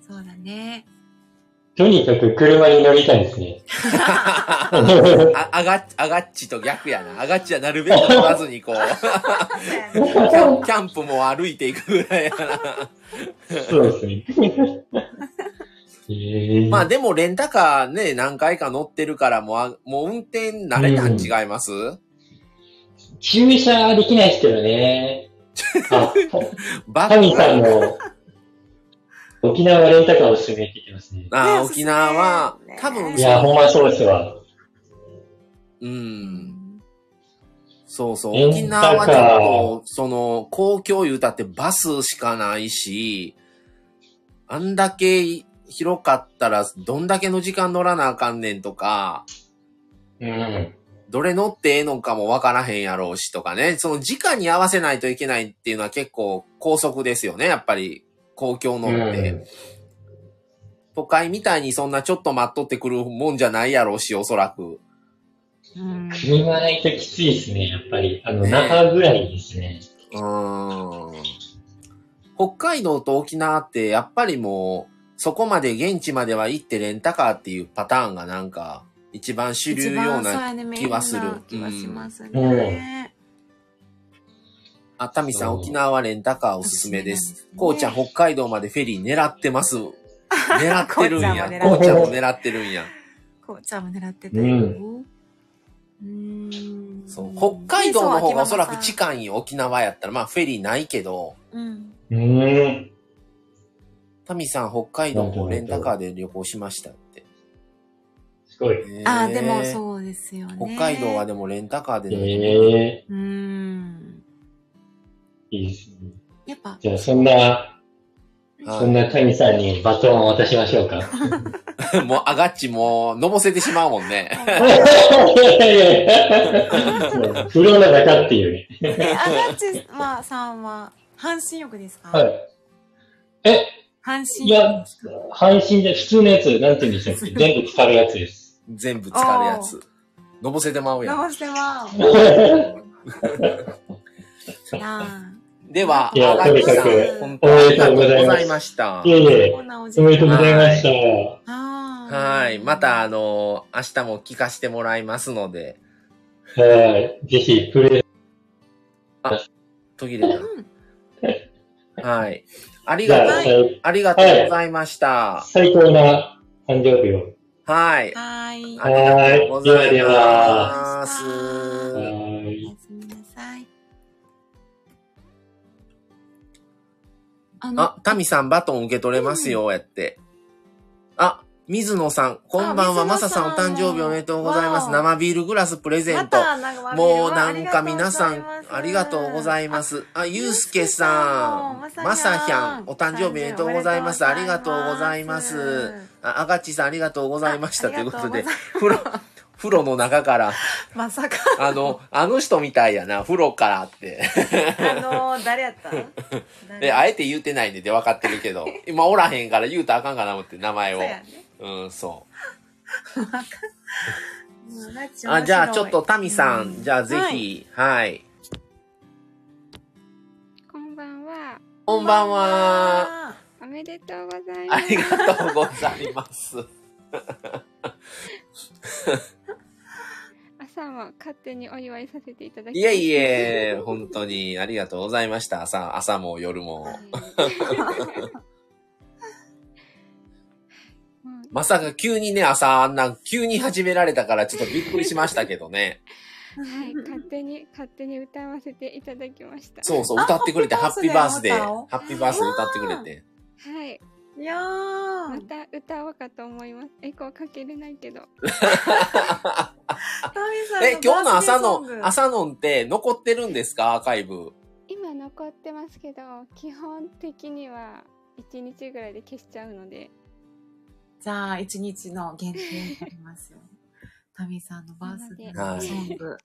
そうだね。とにかく車に乗りたいです ね。あ、あが、あがっちと逆やな。あがっちはなるべく乗らずに こう、キャンキャンプも歩いていくぐらいやな。そうです ね。ええまあでもレンタカーね、何回か乗ってるから、もうあ、もう運転慣れたん違います、駐車はできないですけどね。 あ、バタミさんック。の沖縄レンタカーおすすめって言ってますね。あねあ、沖縄はおすすめ、多分い、や、ほんまそうですわ。う。うんんそうそう。レンタカー沖縄はちょっと、その、公共言うたってバスしかないし、あんだけ広かったら、どんだけの時間乗らなあかんねんとか、うん。どれ乗ってええのかもわからへんやろうしとかね。その時間に合わせないといけないっていうのは結構高速ですよね。やっぱり、公共乗って。うん都会みたいにそんなちょっと待っとってくるもんじゃないやろうし、おそらく。うん車ないときついですね、やっぱり。あの、那覇ぐらいですね。うーん。北海道と沖縄って、やっぱりもう、そこまで現地までは行ってレンタカーっていうパターンがなんか、一番主流ような気はする。気はしますうんね。あ、タミさん、そう沖縄はレンタカーおすすめです。おすすめですねこうちゃん、北海道までフェリー狙っ てます。狙ってるんや。ここううちちゃゃんんもも狙ってる狙ってるんや。こうちゃんも狙ってたよ。うんうーんそう北海道の方がおそらくい。近い沖縄やったら、まあフェリーないけど、うん。うん。タミさん、北海道もレンタカーで旅行しましたって。すごい。ああ、でもう。そうですよね。北海道はでもレンタカーでね、ええうーん。いいですね。やっぱ、じゃあ、そんな、そんはな神さんにバトンを渡しましょうか。 い、もう、あがっちもう、のぼせてしまうもんね。いやいや不良なだかっていうね。あがちまあさんは、半身浴ですかはい。半身いや、半身で、普通のやつ、なんて言うんでしたっけ全部使うやつです。全部使うやつ。のぼせてまうやん。直してまう。いやでは、いやあがっちさんとにか、く本当にありがとうございました。いえー、いこえ、んなお時おめでとうご間。ざいました。あーはい。また、あ、の明日も聞かせてもらいますので、はい。ぜひ、プレイ途切れうんた。はい。ありじゃあ、がはとう、い最ありがとうございました。最高な誕生日を。はい。はい。ありがとうございではでまはす。はいおやすみなさい。あの、あ、タミさんバトン受け取れますよ、やって。あ、水野さん、こんばんは。あ水野さんまささんお誕生日おめでとうございます。わお生ビールグラスプレゼまント。たなんか。もうなんか皆さん、ありがとうございますす。あ、ゆうすけさん、ままささひひゃゃんん、お誕生日おめでとうございます。ありがとうございます。あ、あがっちさん、ありがとうごございました。ということでありが、風呂、風呂の中から、とうございます まさか、あの、あの人みたいやな、風呂からって。あのー、誰やった誰で、あ えて言うてないんで、で分かって るけど、今おらへんから言うたらあかんかな思って、名前をそう。やねうん、そう。うんラジオあ、じゃあちょっと面白タいミさ、うんじゃあぜひ、はい。こんばんは。こんばんは。おめでとうございまあす。りがとうござ います。朝も勝手にお祝いさせていただきいえい え、本当にありがとうございました。朝、朝も夜も。もうまさか急にね、朝あんな、急に始められたからちょっとびっくりしましたけどね。はい、勝手に、勝手に歌わせていただきました。そうそう、あ歌ってくれて、ハハッッピピーーババーーススデデーー。ハッピーバースデー歌ってくれて。はい、いやまー、た歌おうかと思います。エコーかけれないけど。タミさんえ、今日の朝のバースデーソン、グ朝のんって残ってるんですかアーカイブ。今残ってますけど、基本的には1日ぐらいで消しちゃうので。じゃあ、一日の限定になりますよ。タミさんのバースデーのソング。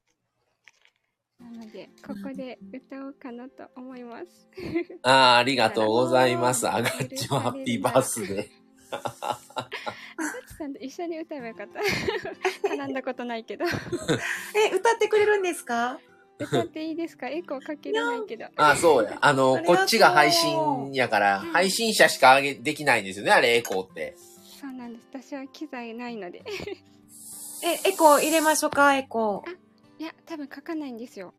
なので、ここで歌おうかなと思います。ああ、ありがとうございます。あがっちもハッピーバースデー。さちさんと一緒に歌えばよかった。絡んだことないけど。え、歌ってくれるんですか歌っていいですかエコーかけれないけど。ああ、そうや。あの、ありがことうっちが配信やから、うん配信者しかあげ、できないんですよね、あれ、エコーって。そうなんです。私は機材ないので。え、エコー入れましょうか、エコいや、多分書かないんですよ。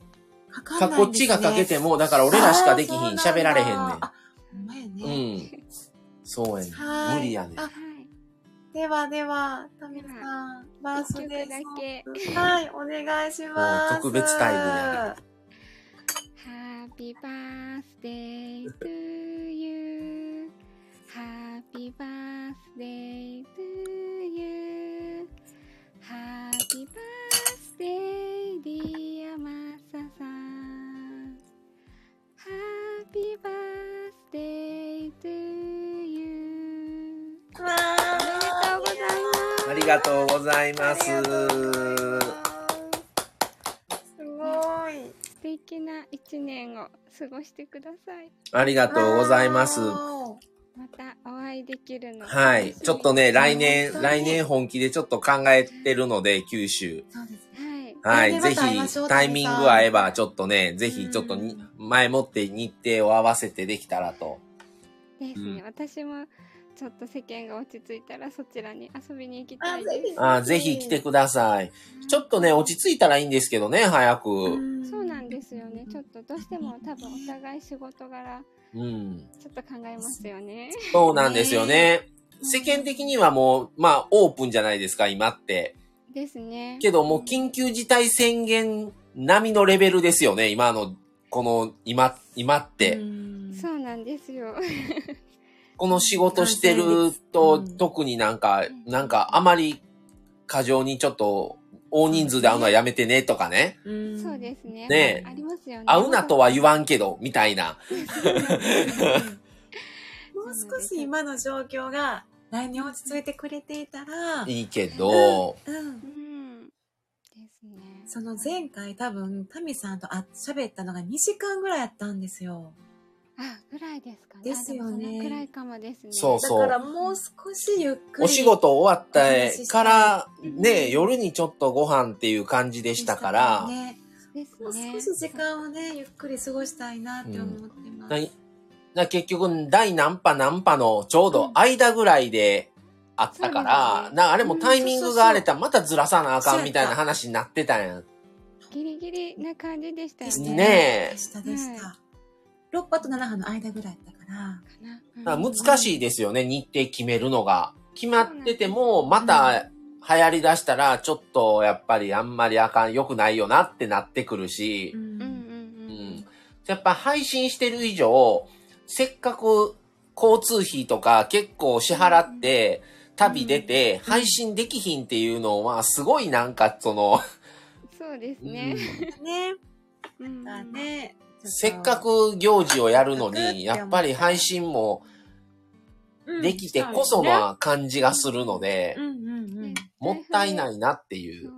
ー。かかこっちがかけても、だから俺らしかできひん、喋られへんねん。あ、ほんまやね。うん。そうやねん。はい無理やねん。あはい。ではでは、タミさん、バースデーソン一グ。はい、お願いします。もう特別タイムやハッピーバースデー to you ハッピーバースデー to you ハッピーバースデー dear マサさんハッピーバースデー to わ you おめでとうございますありがとうございます。ーすごい。素敵な一年を過ごしてくださいありがとうございます。わまたお会いできるのはい。ちょっとね、来本年当、に来年本気でちょっと考えてるので、九州。ーそうですね。はねはいい。まぜた会いましょうひ、タイミング合えば、ちょっとね、ぜひ、ちょっとに前もって日程を合わせてできたらと。ですね、私もちょっと世間が落ち着いたらそちらに遊びに行きたいです。あーぜひ来てください。ちょっとね、落ち着いたらいいんですけどね、早く。そうなんですよね。ちょっとどうしても多分お互い仕事柄うん。ちょっと考えますよね。そうなんですよね。うん世間的にはもう、まあ、オープンじゃないですか、今って。ですね。けど、もう緊急事態宣言並みのレベルですよね、今の、この、今、今って。そうなんですよ。この仕事してるうとん、特になんかうん、なんかあまり過剰にちょっと、大人数で会うのはやめてねとかね、うんそうですね。ねえありますよね。会うなとは言わんけど、みたいな。 もう少し今の状況が来年落ち着いてくれていたら、いいけど、うんう、ん。ですね。その前回多分、タミさんとあ喋ったのが2時間ぐらいやったんですよ。あ、ぐらいですかね。ですよねあでもそのくらいかもですね。そうだそうからもう少しゆっくり。お仕事終わっおた話ししたかいら、うんね、夜にちょっとご飯っていう感じでしたから、ね、ですね。もう少し時間をね、ゆっくり過ごしたいなって思ってます。なな結局、第何波何波のちょうど間ぐらいであったから、うんなあれもタイミングがあれたらまたずらさなあかんみたいな話になってたんや。ギリギリな感じでしたよでね。しすたねえでしたでしはた。6波と7波の間ぐらいだったから、かな。うんだから難しいですよね、日程決めるのが。決まってても、また流行り出したら、ちょっとやっぱりあんまりあかん、良くないよなってなってくるし、んうう。んうんんうん。やっぱ配信してる以上、せっかく交通費とか結構支払って、旅出て、配信できひんっていうのは、すごいなんか、その、そうですうんね。ね、うんまあね、せっかく行事をやるのに、ちょっとやっぱり配信もうんできてこそな感じがするので、うんうんうんねもったいないなっていそうう。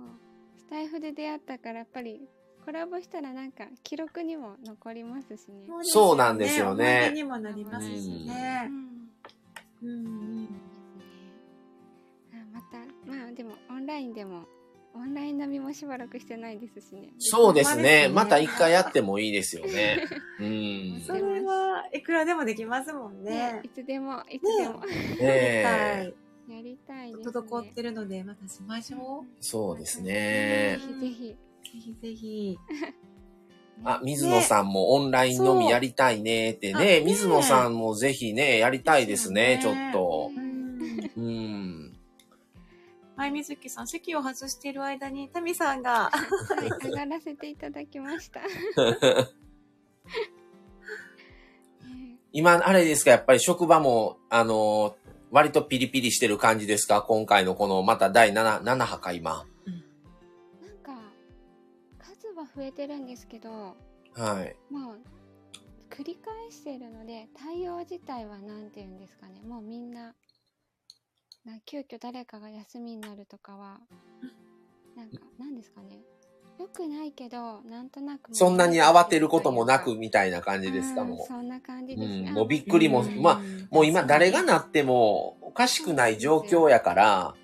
スタイフで出会ったからやっぱりコラボしたらなんか記録にも残りますしね。そうそうなんですよ思いね出にもなりますしうね。んうんうんあまたまあでもオンラインでもオンライン飲みもしばらくしてないですしね。そうですね。うんまた一回やってもいいですよ ね。うん。それはいくらでもできますもんねね。いつでもいつでも、ねえ。い。やりたいです、ね。滞ってるので、またしましょそうですねぜ。ひぜひ。う。ぜひぜひ。あ、水野さんもオンラインのみやりたいねってそうあねね。水野さんもぜひね、やりたいですね、ちそょうっねと。うん。うん。はい、みずきさん、席を外している間に、タミさんが、はい上がらせていただき ました。ね今、あれですか、やっぱり職場も、あのー割とピリピリしてる感じですか今回のこの、また第 7, 7波か、今。なんか数は増えてるんですけど。はい。まあ繰り返しているので対応自体は何て言うんですかねもうみんなな急遽誰かが休みになるとかはなんか何ですかねよくないけどなんとなくそんなに慌てることもなく、みみたいな感じですか、もう。そんな感じですね、うんあもうびっくりもうんまあもう今誰がなってもおかしくない状況やから、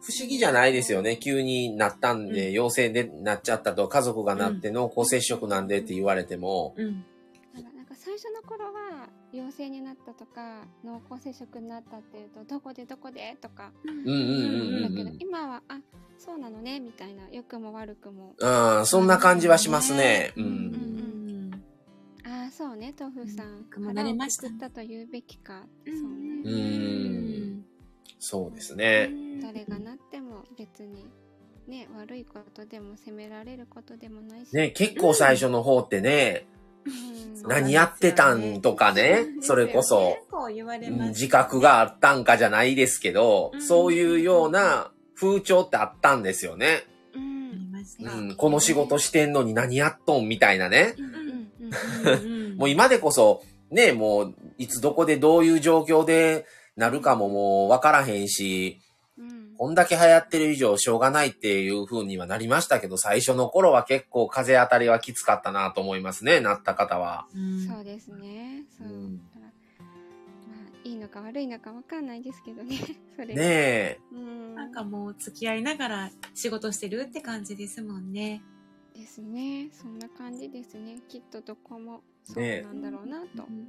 不思議じゃないですよね。急になったんうで、陽性でなっちゃったと、家族がなって濃厚接触なんでって言われても、うん。なんかなんか最初の頃は陽性になったとか濃厚接触になったっていうとどこでどこでとかうんうんうんだうんけどうん。今はあそうなのねみたいな良くも悪くもうん、そんな感じはしますね。う。うんん。ああそうね豆腐さん、うんもう慣れました腹をくくったと言うべきか、うんそううね、ん。そうですね。誰がなっても別にね悪いことでも責められることでもないしね、結構最初の方ってね、うんな何やってたんとかね、それこそ、結構言われうんます。自覚があったんかじゃないですけどう、んそういうような風潮ってあったんですよね。あうりんました。うん、この仕事してんのに何やっとんみたいなね。うんうんうんうんもう今でこそ、ね、もう、いつどこでどういう状況でなるかももうわからへんし、うんこんだけ流行ってる以上しょうがないっていう風にはなりましたけど、最初の頃は結構風当たりはきつかったなと思いますね、なった方は。うんそうですねそう、うんだからまあいいのか悪いのかわかんないですけどね。 そねれ。え。うん。なんかもう付き合いながら仕事してるって感じですもんね。ですね。そんな感じですね。きっとどこもそうねえなんだろうなと。ううんん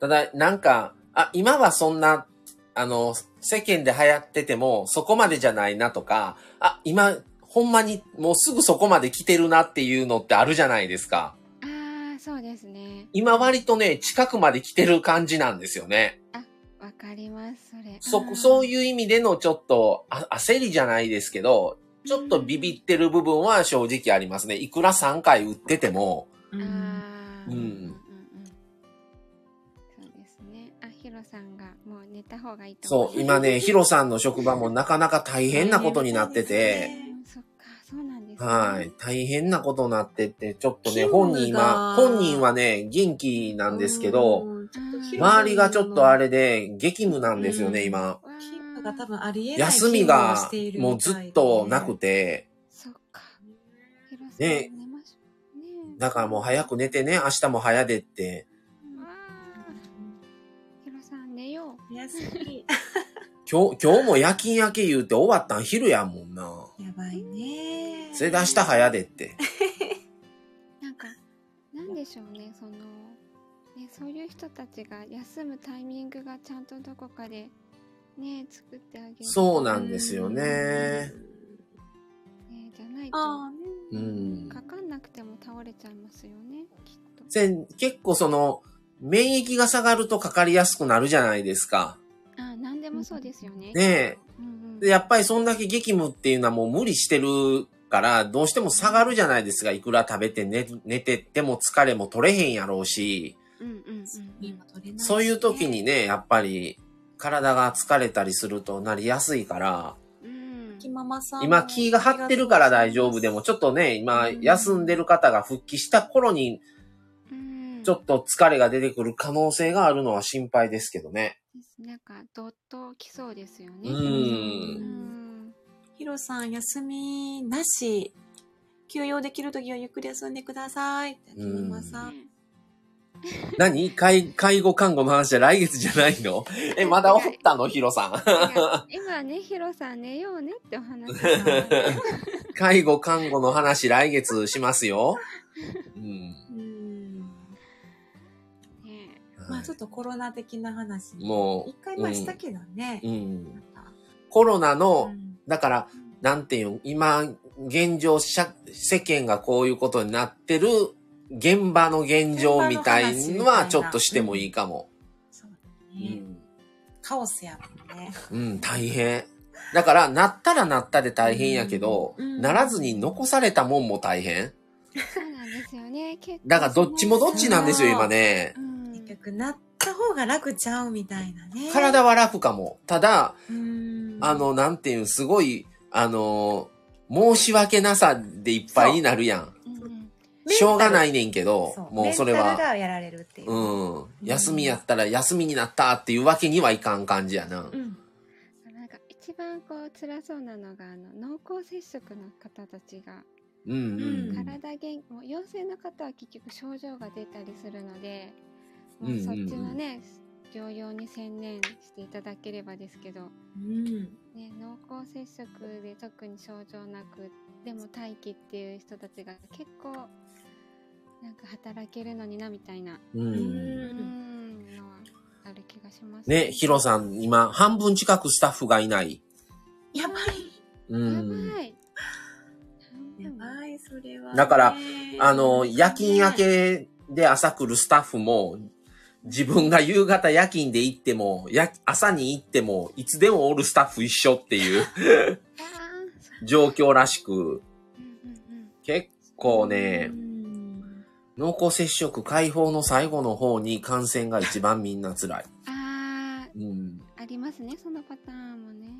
ただ、なんか、あ、今はそんな、あの、世間で流行ってても、そこまでじゃないなとか、あ、今、ほんまに、もうすぐそこまで来てるなっていうのってあるじゃないですか。うん。ああ、そうですね。今割とね、近くまで来てる感じなんですよね。わかります、それ。そあ、ーそういう意味でのちょっと、あ焦りじゃないですけど、ちょっとビビってる部分は正直ありますね。いくら3回打ってても、うあんあ。うんうんうんそうですね。あ、ヒロさんがもう寝た方がいいと思そう、今ね、ヒロさんの職場もなかなか大変なことになってて、うんそっか、そうなんですねはい。。大変なことになってって、ちょっとね、勤務本人がは、本人はね、元気なんですけど、うんうん周りがちょっとあれ、れで、激務なんですよね、うん今。わー勤務が多分ありえない休み勤務をしがている、みたいもうずっとなくて、そっか。ヒロさん、ね寝ましょう。ねえだからもう早く寝てね、明日も早でって、わーヒロさん、寝よう。うん休み今日、今日も夜勤明け言うて終わったん昼やもんな。やばいねそれで明日早でって。なんか、なんでしょうね、その、ね、そういう人たちが休むタイミングがちゃんとどこかで、ね、作ってあげる。そうなんですよね。ね、じゃないと、あうーねん。かかんなくても倒れちゃいますよね、きっと。せん結構その、免疫が下がるとかかりやすくなるじゃないですか。あ、なんでもそうですよねね。え。うんうで、ん。やっぱりそんだけ激務っていうのはもう無理してるから、どうしても下がるじゃないですか。いくら食べて寝寝てっても疲れも取れへんやろうし、うんうんうん睡眠も取れなしそういう時にね、やっぱり体が疲れたりするとなりやすいから、うん。きママさん今気が張ってるから大丈夫でも、ちょっとね、今休んでる方が復帰した頃に、うん。ちょっと疲れが出てくる可能性があるのは心配ですけどね。なんか、どっときそうですよね。う。うんん。ヒロさん、休みなし。休養できる時はゆっくり休んでください。きうんママさん。何介介護看護の話は来月じゃないのえ、まだおったのヒロさん。いや今ね、ヒロさん寝ようねってお話ししたの で介護看護の話来月しますよ。うん。うん。ねまあちょっとコロナ的な話。もう一回前したけどね。うん。なんかコロナうの、んだから、なんていうん、今、現状、社世間がこういうことになってる現場の現状みたいのはちょっとしてもいいかも。そううだね。ん。カオスやもんね。うん、大変。だから、なったらなったで大変やけど、うんならずに残されたもんも大変。そうなんですよね。結構だから、どっちもどっちなんですよ、そう今ねう。ん結局、なった方が楽ちゃうみたいなね。体は楽かも。ただ、うん。あの、なんていうん、すごい、あのー、申し訳なさでいっぱいになるやん。うんメンタル、しょうがないねんけどそ、う、もうそれメンタルは、がやられるっていう。うん、休みやったら休みになったっていうわけにはいかん感じやなう。ん。なんか一番こう辛そうなのがあの濃厚接触の方たちがうんうんううん。体元もう陽性の方は結局症状が出たりするのでもんううんうんそっちのね、療養に専念していただければですけど、うん。ね、濃厚接触で特に症状なくでも待機っていう人たちが結構なんか働けるのになみたいなう。うん。うんんのはある気がしますね、ヒロさん、今、半分近くスタッフがいない。やばい。うやばん。い。やばい、それはね。だからあの、夜勤明けで朝来るスタッフも、自分が夕方夜勤で行っても、や朝に行っても、いつでもおるスタッフ一緒っていう あーそう状況らしく、うんうん結構ねう、ん濃厚接触解放の最後の方に感染が一番みんな辛い。うんあうん。ーありますねそのパターンもね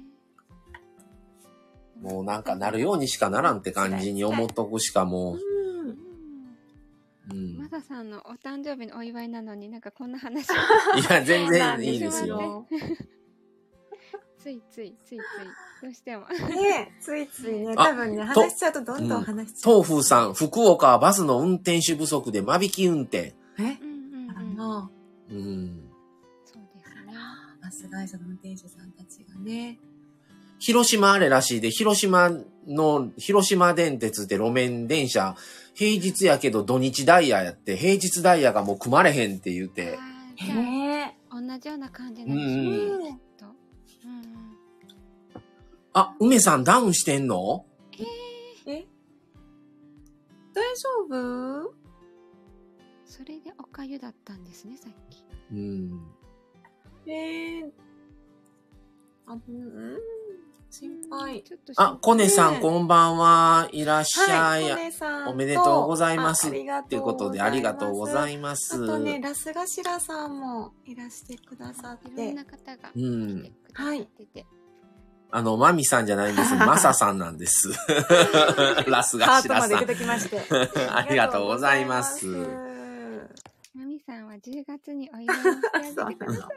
もうなんかなるようにしかならんって感じに思っとくし かもううんんう、うマん。サさんのお誕生日のお祝いなのになんかこん な話をいや、全そうなん然いいですそうなんよ。。ついついついついどうしてもねついついね、あ多分ね、話しちゃうとどんどん話しちゃう。東風さん、福岡はバスの運転手不足で間引き運転。えうんうんあうんの、うん。そうですねす会社の運転手さんたちがね。広島あれらしいで、広島の、広島電鉄って路面電車、平日やけど土日ダイヤやって、平日ダイヤがもう組まれへんって言って、あーじゃねあ同じような感じなんですね、うきっと。うんあ、梅さんダウンしてんのえー、え。え大丈夫それでおかゆだったんですね、さっき。うん。えー、あ、うん、心配。ちょっと心あ、コネさねんこんばんは。いらっしゃい。お姉さんおめでとうございます。あとありがということで、ありがとうございいます。あとね、ラスガシラさんもいらしてくださっいろんて。な方がうん来てくださってて。あの、マミさんじゃない んです。マサさんなんです。ラスガシラさん。だきま して。 ありがとうございますありがとうまみさんは10月にお祝いしてあげて くださ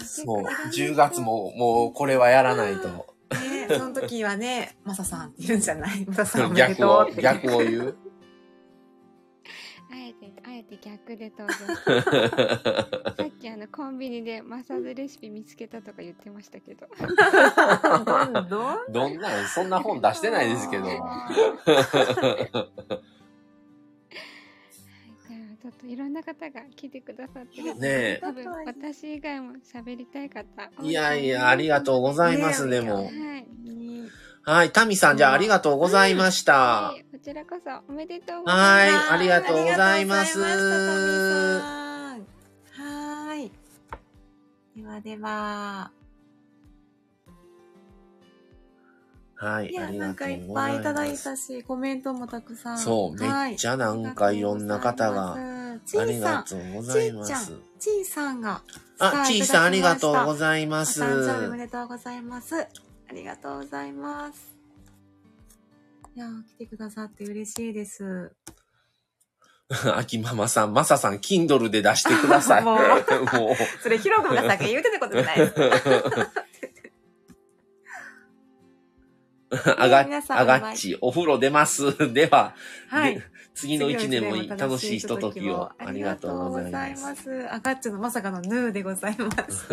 い。そう。10月。も、もう、これはやらないと。ございます。ねその時はね、マサさんって言うんじゃないマサさんおめで逆とをうっ、て。 逆を言う。あえて、あえて逆で登場した。さっ きあのコンビニでマサズレシピ見つけたとか言ってましたけど。どんどんどんなん、そんな本出してないです けど。じゃあちょっといろんな方が来てくださってる。ねえ多分私以外も喋りたい方。いやいや、ありがとうございます、ねでうも。はい。はい、タミさん、じゃあありがとうございましたは。いこちらこそおめでとうございます。はい、ありがとうございます。ありがとうございましたトミーさんはーい。ではでは。はいい、や、ありながんとかういっごぱざいいただいいます。たし、コメントもたくさん。そう、めっちゃなんかいろんな方が、あちりいさがん、とうございまちいちす。ちいさんが。あ、ちいさん、ありがとうございざいま。ますお誕生日おめでとうございます。ありがとうございます。いやー、来てくださって嬉しいです。あきママさん、まささん、Kindle で出してくださ い。ももうう。それ、ひろこがさっき言うてたことじゃないです。あが、皆さんあがっち、お風呂出ます。では、 はいで。次の一年も楽しいひとときを。ありがとうございます。す。アガッチュのまさかのヌーでございます。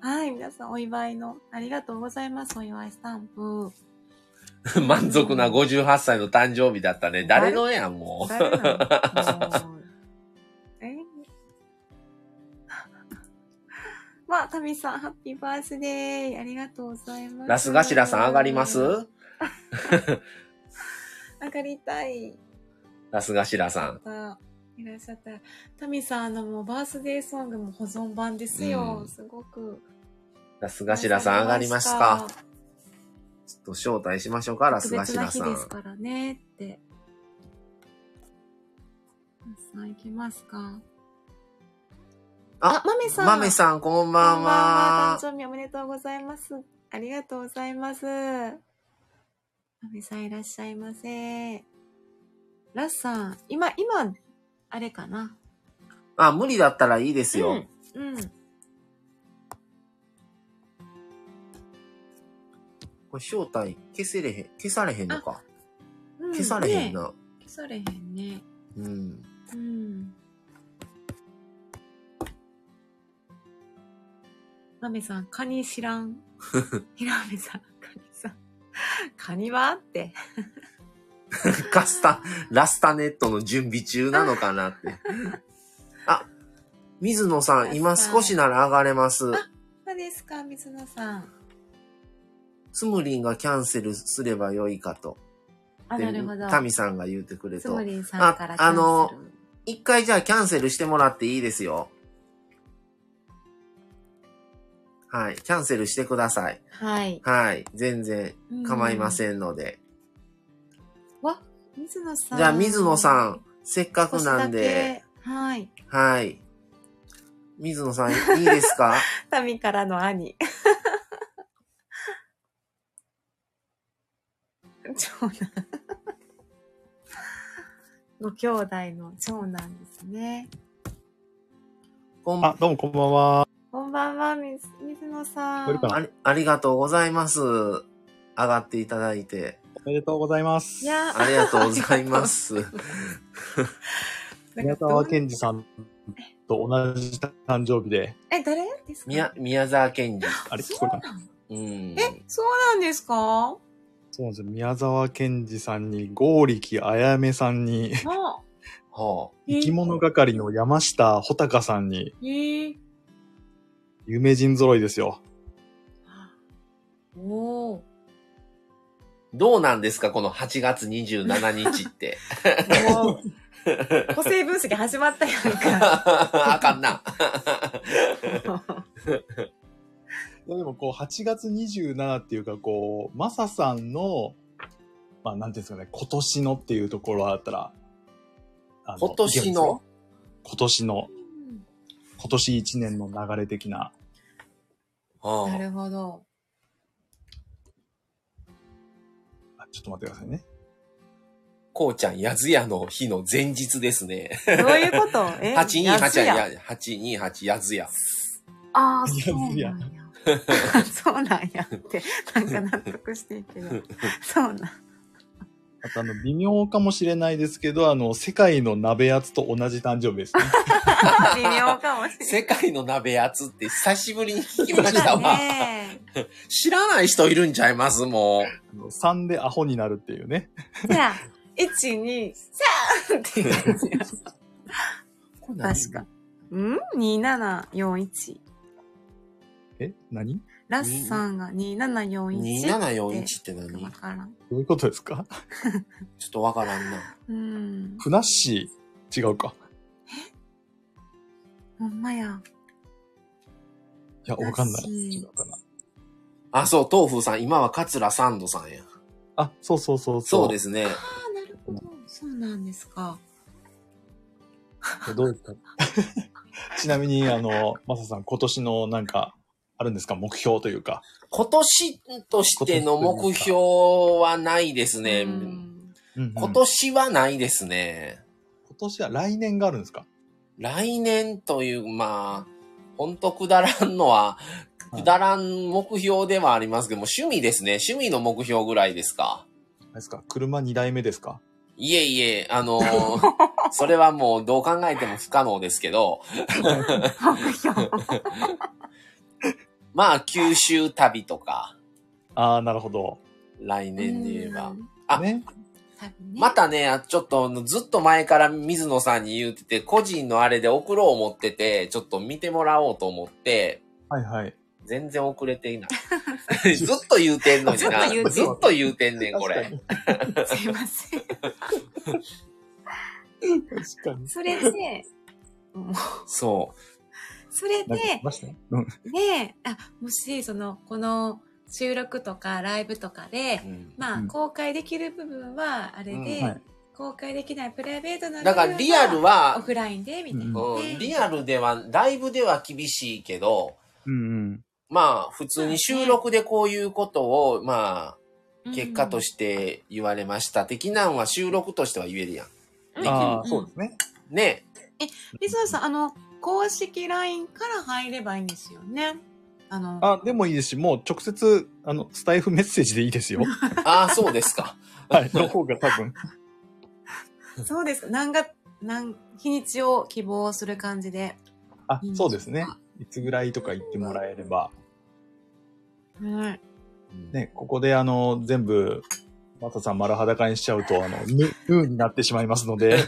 はい、皆さんお祝いのありがとうございます。お祝いスタンプ。満足な58歳の誕生日だったね。誰のやん、もう。誰なのもうえまあ、タミさん、ハッピーバースデー。ありがとうございます。ラスガシラさん上がります上がりたい。ラスガシラさん。方いらっしゃったら、タミさんあのもうバースデーソングも保存版ですよ。うんすごく。ラスガシラさん上がりましたかちょっと招待しましょうか、ラス特ガ別シなラ日さですん。からねって。さん行きますか。あ、まめさん。まめさん、こんばこんばんんはは。誕生日おめでとうございます。ありがとうございます。まめさんいらっしゃいませ。ラスさん、今、今、あれかな。あ、無理だったらいいですよ。うん。うん。これ招待消せれへん、消されへんのか。うん消されへねん。な。消されへんね。うん。うん。ラメさん、カニ知ら ん。ひらめさん、カニさん。 カニはって。カスタ、 ラスタネットの準備中なのかな って。あ、水野さん、今少しなら上がれます。何ですか、水野さん。つむりんがキャンセルすればよいかと。あ、なるほど。タミさんが言うてくれつとむ。りんさんからああのキャンセル一回じゃあキャンセルしてもらっていいですよ。はい。キャンセルしてください。はい。はい。全然構いませんので。わ、水野さん。じゃあ、水野さん、、せっか少くしなだんで、け。はい。はい。水野さん、いいで すかタミからの兄。 長男。ご兄弟の長男ですね。こんあ、どうもこんばんは。こんばんは、水水野さ聞こえるかん。なありありがとうございます。上がっていただいて。おめでとうございます。いや ありがとうございます。宮沢賢治さんと同じ誕生日で、え、誰ですか宮、宮沢賢治。あれ聞こえたうん。え、そうなんですかあそうなんですよ。宮沢賢治さんに、剛力あやめさんに、はあ。え生き物係の山下穂高さんに、えー、有名人揃いですよ。おー。どうなんですかこの8月27日って。も う、個性分析始まったやんか。 あかんな。いやでもこう、8月27っていうか、こう、マサさんの、まあ、なんていうんですかね、今年のっていうところだったら、あの今年いけまのすよ。今年の、今年1年の流れ的な。はなあるほど。あちょっと待ってくださいね。こうちゃん、やずやの日の前日ですね。どういうことえ828やつやや、828やずや。ああ、いそやうなんいやや。そうなんやって、なんか納得していけど。そうなん。あと、あの、微妙かもしれないですけど、あの、世界の鍋やつと同じ誕生日ですね。微妙かもしれない。世界の鍋やつって久しぶりに聞きましたわ。ね知らない人いるんちゃいますもあの3でアホになるっていうね。え。じゃあ、1、2、3っていう感じが。う。確か。うん ?2741。え何ラスさんが2741。 2741って何わからん。どういうことですかちょっとわからんな。うん。ふなっしー、違うか。ほんまや。いや、わかんない。ふなっしー違うかなあ、そう、豆腐さん、今は桂サンドさんや。あ、そうそうそうそうですね。ああ、なるほど。そうなんですか。どうですかちなみに、あの、マサさん、今年のなんか、あるんですか目標というか。今年としての目標はないですねう。 ん今今年はないですね。今年は来年があるんですか来年という、まあ、ほんとくだらんのは、はいくだらん目標ではありますけども、趣味ですね。趣味の目標ぐらいですか。あれですか車2台目ですかいえいえ、あの ーそれはもうどう考えても不可能ですけど、目標。まあ、九州旅とか、ああ、なるほど。来年で言えばう。ん。あね。多分ねまたね、あちょっと、ずっと前から水野さんに言ってて、個人のあれで送ろう思ってて、ちょっと見てもらおうと思って、はいはい。全然遅れて いない。ずっと言うてんのにな。ずっと言うてんずっと言うてんねん、これ。すいません。確かに。それで、そそれなんかで、ましたね。うん。ねえ、あ、もし、その、この収録とかライブとかでう。う、んまあ、うん公開できる部分は、あれで、うんはい公開できないプライベートな部分だはからリアルオは、フラインで、みたいな、ううんリアルでは、ライブでは厳しいけど、うんうん。まあ、普通に収録でこういうことを、まあ、結果としして言われました。的なんは収録としては言えるやん。てああ、そうですね。ね。水野さん、あの、公式 LINE から入ればいいんですよね。あの、あ、でもいいですし、もう直接、あの、スタイフメッセージでいいですよ。ああ、そうですか。はい。の方が多分。そうですか。何が、何、日にちを希望する感じで。あいいん、そうですね。いつぐらいとか言ってもらえれば。はい。ね、ここであの、全部、マサさん丸裸にしちゃうと、あの、ぬ、 ぬになってしまいますので、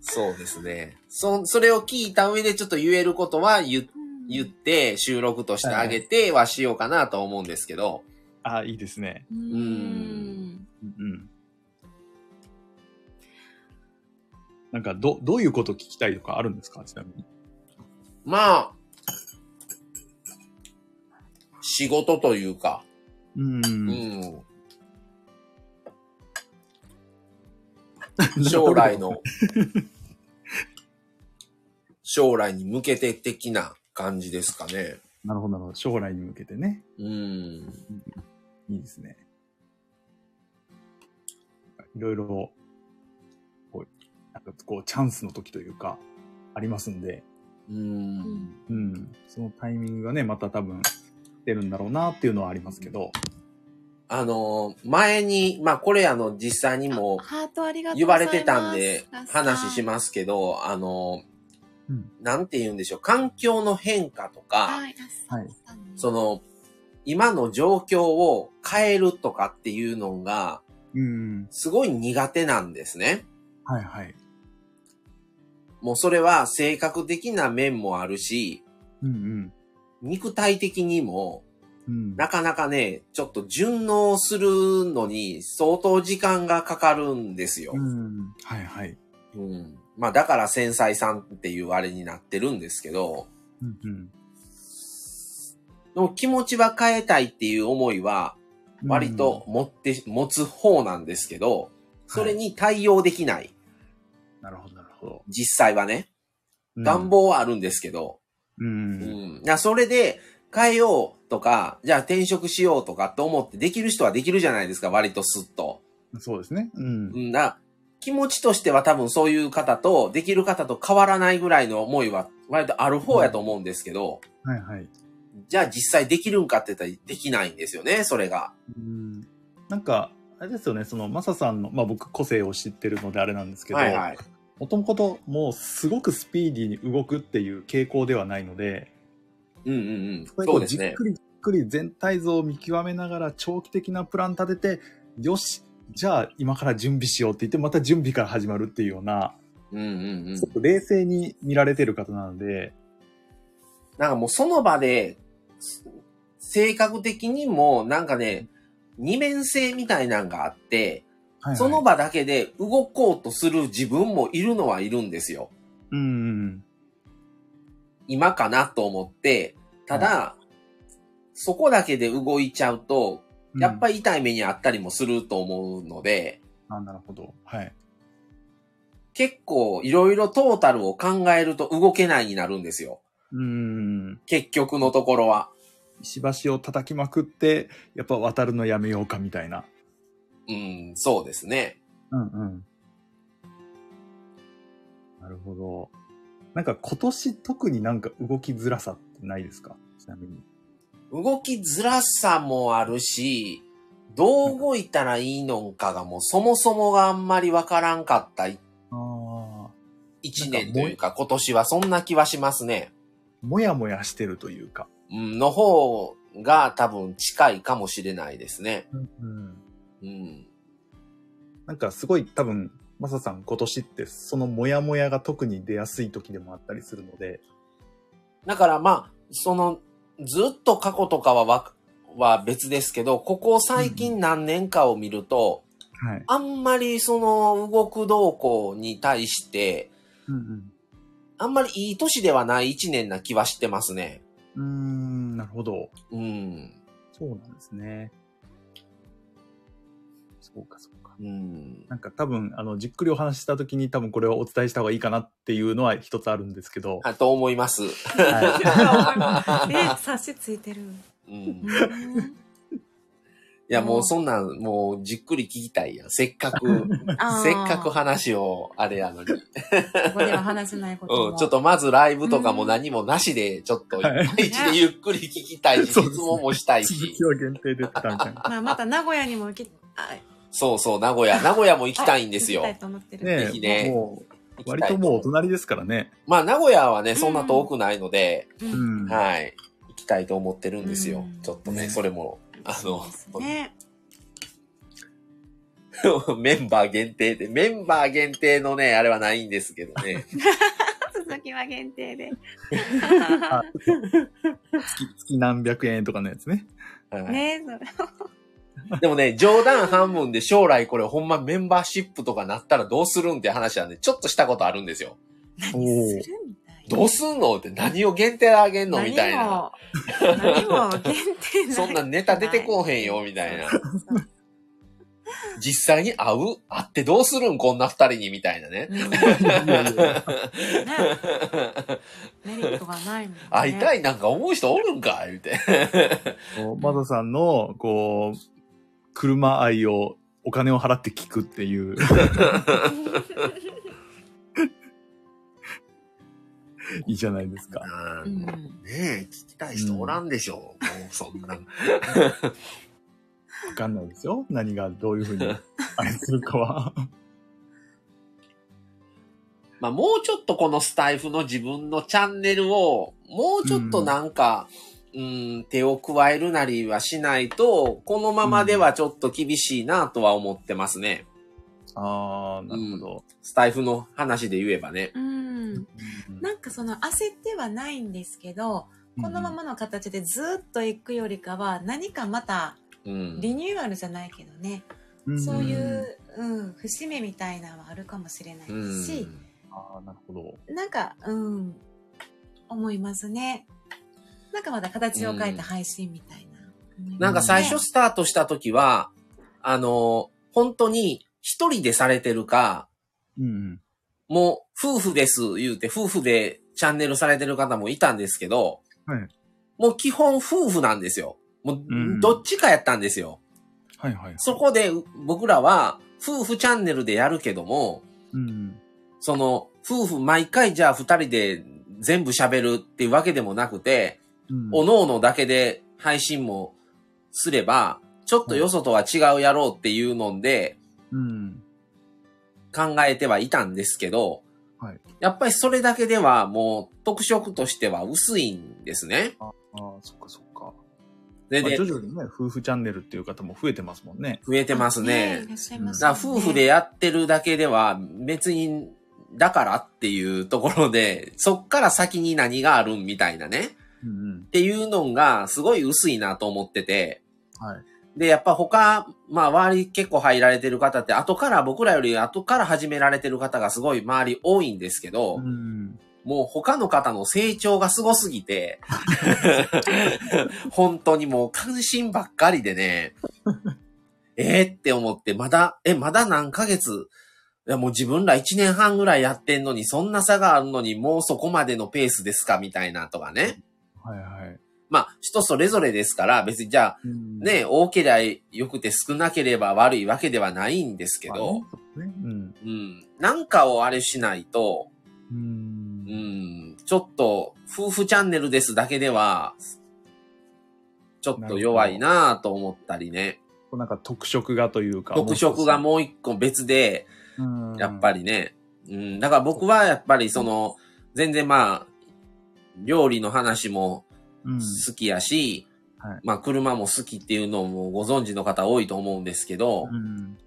そうですね。そ、それを聞いた上でちょっと言えることは言言って、収録としてあげてはしようかなと思うんですけど、あいいですね。う。うんうん。なんか、ど、どういうこと聞きたいとかあるんですかちなみに。まあ、仕事というか、うん。うん、なんか将来。の、将来に向けて的な感じですかね。 なるほど、なるほど。将来に向けてね。うん。いいですね。いろいろ、こう、なんかこう、チャンスの時というか、ありますんで、うん。うん、そのタイミングがね、また多分、出るんだろうなっていうのはありますけど、あの、前に、まあ、これあの、実際にもハートありがとう言ごわざいまれす。てたんで、話しす。ますけど、あの、うんなんて言うんでしょう、環境の変化とか、はい。はいその、今の状況を変えるとかっていうのが、うん。すごい苦手なんですね。はいはい。もうそれは性格的な面もあるし、うん肉体的にも、うん。うん。なかなかね、ちょっと順応するのに相当時間がかかるんですよう。ん。はいはい。うん。まあだから繊細さんっていうあれになってるんですけど、うんうん。でも気持ちは変えたいっていう思いは割と持って、持つ方なんですけど、それに対応できない。うん。なるほどなるほど。実際はね。うん願。望はあるんですけど、う。うんん。いやそれで変えようとか、じゃあ転職しようとかと思ってできる人はできるじゃないですか、割とスッと。そうですね。うんう。んな、気持ちとしては多分そういう方と、できる方と変わらないぐらいの思いは、割とある方やと思うんですけど、はいはい。じゃあ実際できるんかって言ったらできないんですよね、それが。うん。なんか、あれですよね、その、マサさんの、まあ僕、個性を知ってるのであれなんですけど、はいはい。もともともうすごくスピーディーに動くっていう傾向ではないので、うんうんうん。そうですじっね。くりじっくり全体像を見極めながら長期的なプラン立てて、よし、じゃあ今から準備しようって言って、また準備から始まるっていうような、うんうんうんす。ごく冷静に見られてる方なので、なんかもうその場で、す性格的にもなんかね、二面性みたいなんがあって、はいはいその場だけで動こうとする自分もいるのはいるんですよ。うんうん今かなと思って、ただ、そこだけで動いちゃうと、うん。やっぱり。り痛い目にあったりもすると思うので、あなるほど。はい。結構いろいろトータルを考えると動けないになるんですよ。うん。結局のところは。石橋を叩きまくって、やっぱ渡るのやめようかみたいな。うん、そうですね。うんうん。なるほど。なんか今年特になんか動きづらさってないですかちなみに。動きづらさもあるし、どう動いたらいいのんかがもうそもそもがあんまりわからんかったああ。一年というか今年はそんな気はしますね。もやもやしてるというか。うん、の方が多分近いかもしれないですね。うん。うん。なんかすごい多分、マサさん今年ってそのもやもやが特に出やすい時でもあったりするので。だからまあ、その、ずっと過去とかはわは別ですけど、ここ最近何年かを見ると、はい。あんまりその動く動向に対して、うんあんまりいい年ではない一年な気はしてますね。うん。うーん、なるほど。うん。そうなんですね。そうかそうか。うん。なんか多分、あの、じっくりお話しした時に多分これはお伝えした方がいいかなっていうのは一つあるんですけど。あと思います。は え、察しついてる。うん、ういんや、もうそんなん、もうじっくり聞きたいやん。せっかく、せっかく。話を、あれやのに。あーここでは話せないことも。うん、ちょっとまずライブとかも何もなしで、ちょっとはい一日でゆっくり聞きたいし、質そうですね問もしたい。い続しき。は限定でったみたいな。まあ、また名古屋にも行き、あそうそう、名古屋。名古屋も行きたいんですよ行きた。いと思ってる。ぜねひえ、ねもう、行きたい割ともうお隣ですからね。まあ、名古屋はね、そんな遠くないので、ううんん。はい。行きたいと思ってるんですよ。うんちょっとね、ねそれも、 あの、ね。メンバー限定で、メンバー限定のね、あれはないんですけど ね。続きは限定で。月月何百円とかのやつね。はいねそうでもね、冗談半分で将来これほんまメンバーシップとかなったらどうするんって話はね、ちょっとしたことあるんですよ。何するみたいな。どうすんのって何を限定であげんのみたいな。何も。何も限定ない。そんなネタ出てこうへんよ、みたいな。実際に会う会ってどうするんこんな二人に、みたいなね。いやいやいやねメリットがないもんね。 会いたい。いなんか思う人おるんかいみたいこうマザさんの、こう、車愛をお金を払って聞くって いう。いいじゃないですか。な。うん。ねえ、聞きたい人おらんでしょう。もうそんな。わかんないですよ。何がどういうふうに、あれするかは。まあ、もうちょっとこのスタイフの自分のチャンネルを、もうちょっとなんか、うん、手を加えるなりはしないと、このままではちょっと厳しいなとは思ってますね。ああ、なるほど。スタイフの話で言えばね。うん。なんかその焦ってはないんですけど、このままの形でずっと行くよりかは、何かまたうん。リニューアルじゃないけどね、んそうい。う、うん、節目みたいなのはあるかもしれないうですし、んああ、なるほど。なんか、うん、思いますね。なんかまだ形を変えた配信みたいな。思いますねなんか最初スタートした時は、あの、本当に一人でされてるか、うん。もう夫婦です言うて、夫婦でチャンネルされてる方もいたんですけど、はいもう基本夫婦なんですよ。もううんどっちかやったんですよ。はいはい。そこで僕らは夫婦チャンネルでやるけども、うん。その夫婦毎回じゃあ二人で全部喋るっていうわけでもなくて、うんおのおのだけで配信もすれば、ちょっとよそとは違うやろうっていうのでうん。考えてはいたんですけど、はいやっぱりそれだけではもう特色としては薄いんですね。ああ、そっかそっか。で、まあで徐々にね、夫婦チャンネルっていう方も増えてますもんね。増えてますねい。らっしゃいますだよからね夫婦でやってるだけでは別に、だからっていうところで、 そっから先に何があるんみたいなね。うんうんっ。ていうのがすごい薄いなと思ってて。はい。で、やっぱ他、まあ周り結構入られてる方って後から、僕らより後から始められてる方がすごい周り多いんですけど、うん。もう他の方の成長がすごすぎて、 本当にもう関心ばっかりでね、えーって思って、まだ、え、まだ何ヶ月いやもう自分ら1年半ぐらいやってんのに、そんな差があるのに、もうそこまでのペースですかみたいなとかね。はいはい。まあ、人それぞれですから、別にじゃあ、うんね、多ければ良くて少なければ悪いわけではないんですけど、まあねうん。うん。なんかをあれしないと、う。うんん、ちょっと、夫婦チャンネルですだけでは、ちょっと弱いなぁと思ったりね。こうなんか特色がというか。特色がもう一個別で、うん、やっぱり。りね。うん、だから僕はやっぱりその、全然まあ、料理の話もうん。好きやし、はいまあ車も好きっていうのもご存知の方多いと思うんですけど、うん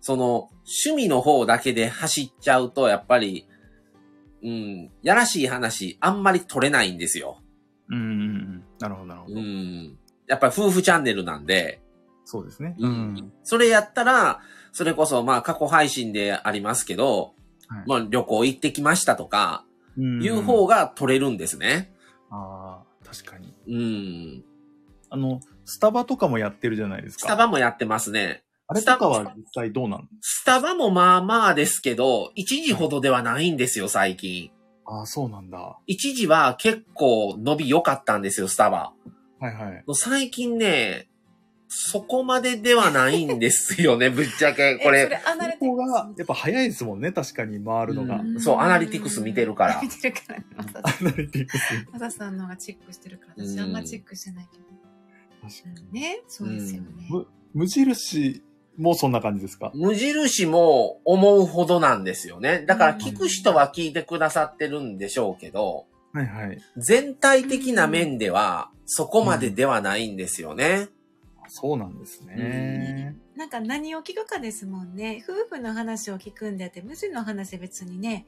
その趣味の方だけで走っちゃうと、やっぱり、うん、やらしい話あんまり取れないんですよ。うんうんうん。なるほど、なるほど。うん。やっぱり夫婦チャンネルなんで、そうですね。それやったら、それこそまあ過去配信でありますけど、はいまあ旅行行ってきましたとか、うん。いう方が取れるんですね。ああ、確かに。うん。あの、スタバとかもやってるじゃないですスか。タバもやってますね。あれとかは実際どうなんスタバもまあまあですけど、一時ほどではないんですよ、最近。ああ、そうなんだ。は一時は結構伸び良かったんですよ、スタバ。いはい。もう最近ね、そこまでではないんですよね、ぶっちゃけ。えこれそ。れアナリティここクスが、やっぱ早いですもんね、確かに回るのが。うんそうアナリティクス見てるから 見てるから。マサアナリティクス。マサさんの方がチェックしてるから、う私んあんまチェックしてないけど。うんね、そうですよね。うん無印もそんな感じですか無印も思うほどなんですよね。だから聞く人は聞いてくださってるんでしょうけど、はいはい。全体的な面ではそこまでではないんですよね。そうなんですね。なんか何を聞くかですもんね。夫婦の話を聞くんであって、無地の話別にね、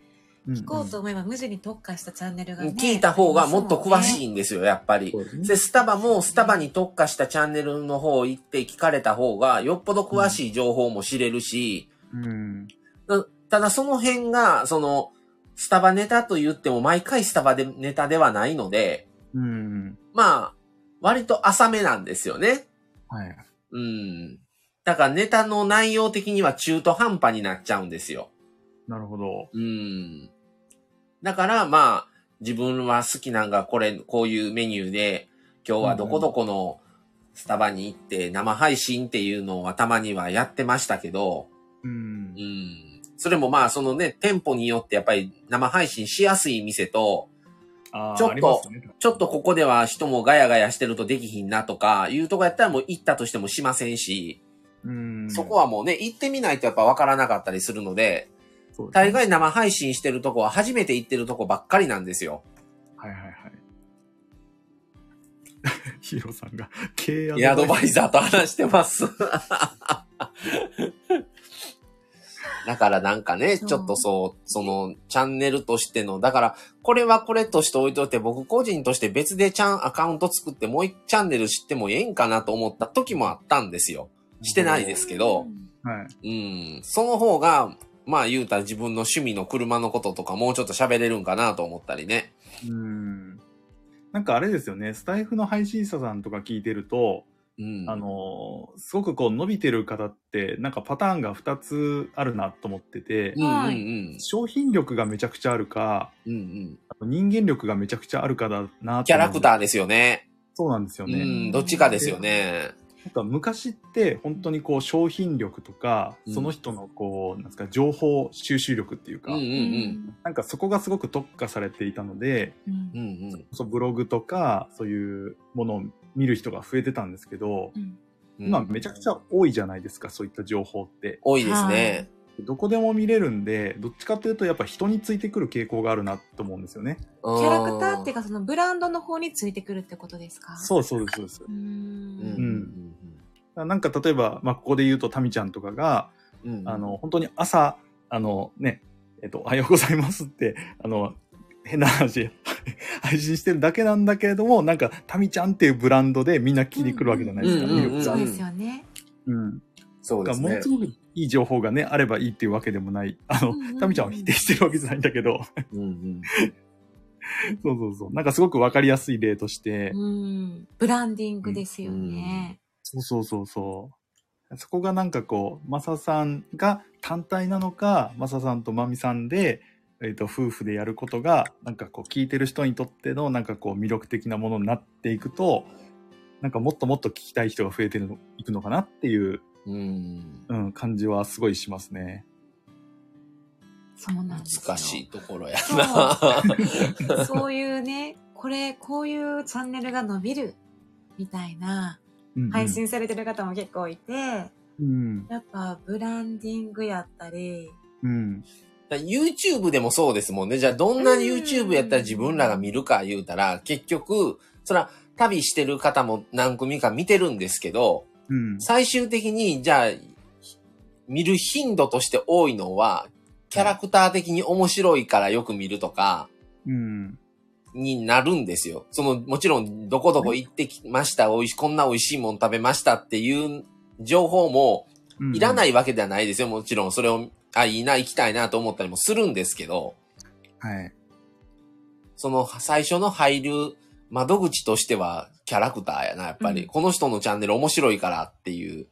聞こうと思えば無地に特化したチャンネルがね。聞いた方がもっと詳しい。いんですよ、やっぱりそ。うですねで、スタバもスタバに特化したチャンネルの方行って聞かれた方がよっぽど詳しい情報も知れるし、うん。たただその辺が、その、スタバネタと言っても毎回スタバでネタではないので、うん。まあ、割と浅めなんですよね。はい。うん。だからネタの内容的には中途半端になっちゃうんですよ。なるほど。うん。だからまあ、自分は好きなんがこれ、こういうメニューで、今日はどこどこのスタバに行って生配信っていうのをたまにはやってましたけど、うんう。ん。それもまあ、そのね、店舗によってやっぱり生配信しやすい店と、あーちょっとありますね。ちょっとここでは人もガヤガヤしてるとできひんなとか、いうとこやったらもう行ったとしてもしませんし、うんそこはもうね、行ってみないとやっぱわからなかったりするので、そうですね大概生配信してるとこは初めて行ってるとこばっかりなんですよ。はいはい はい。ヒーローさんが、経営エアドバイザーと話してます。 だからなんかね、そうちょっとそう、その、チャンネルとしての、だから、これはこれとして置いといて、僕個人として別でチャン、アカウント作ってもう一チャンネル知ってもええんかなと思った時もあったんですよ。してないですけど、はい。うん、その方が、まあ言うたら自分の趣味の車のこととかもうちょっと喋れるんかなと思ったりね。うん。なんかあれですよね、スタイフの配信者さんとか聞いてると、うん。あのーすごくこう伸びてる方って、なんかパターンが2つあるなと思ってて、うんうんうん。商品力がめちゃくちゃあるか、うんうん。あと人間力がめちゃくちゃあるかだなキャラクター。ーですよね。そうなんですようね。ん、どっちかですよね。なんか昔って本当にこう商品力とか、うんその人のこう、なんですか、情報収集力っていううか、んうんなんかそこがすごく特化されていたので、うん。うんうん。そうブログとか、そういうものを見る人が増えてたんですけど、今めちゃくちゃ多いじゃないですか、そういった情報って。多いですね。どこでも見れるんで、どっちかというとやっぱ人についてくる傾向があるなと思うんですよね。キキャラクターっていうか、そのブランドの方についてくるってことですかそうそうです、そうです。だかうーうんん。うんらなんか例えば、まあ、ここで言うとタミちゃんとかが、うんうん。あの、本当に朝、あのね、えっと、おはようございますって、あの、変な話、配信してるだけなんだけれども、なんか、タミちゃんっていうブランドでみんな聞いてくるわけじゃないですか、うんうんうん魅力そがうですよね。うん。そうでがすもねのす。ごくいい情報がね、あればいいっていうわけでもない。あの、うんうんうんタミちゃんを否定してるわけじゃないんだけど、 うんうんそうそうそう。なんかすごくわかりやすい例として、うん。ブランディングですよね。そうそうそうそう。そこがなんかこう、マサさんが単体なのか、マサさんとマミさんで、えっ、と、夫婦でやることが、なんかこう、聞いてる人にとっての、なんかこう、魅力的なものになっていくと、なんかもっともっと聞きたい人が増えてるのいくのかなっていう、うん。うん、感じはすごいしますね。そうなんですよ。難しいところやそうな。 そういうね、これ、こういうチャンネルが伸びる、みたいな、うんうん配。信されてる方も結構いて、うん。やっぱブランディングやったり、うん。 YouTube でもそうですもんね。じゃあどんな YouTube やったら自分らが見るか言うたら、結局、そら、旅してる方も何組か見てるんですけど、うん。最終的に、じゃあ、見る頻度として多いのは、キャラクター的に面白いからよく見るとか、うん。になるんですよ。その、もちろん、どこどこ行ってきました、おいし、こんな美味しいもん食べましたっていう情報もうん。いらないいわけではないですよ。もちろん、それを、あ、いいな、行きたいなと思ったりもするんですけど、はい。その、最初の入る窓口としては、キャラクターやな、やっぱり。うんこの人のチャンネル面白いからっていう、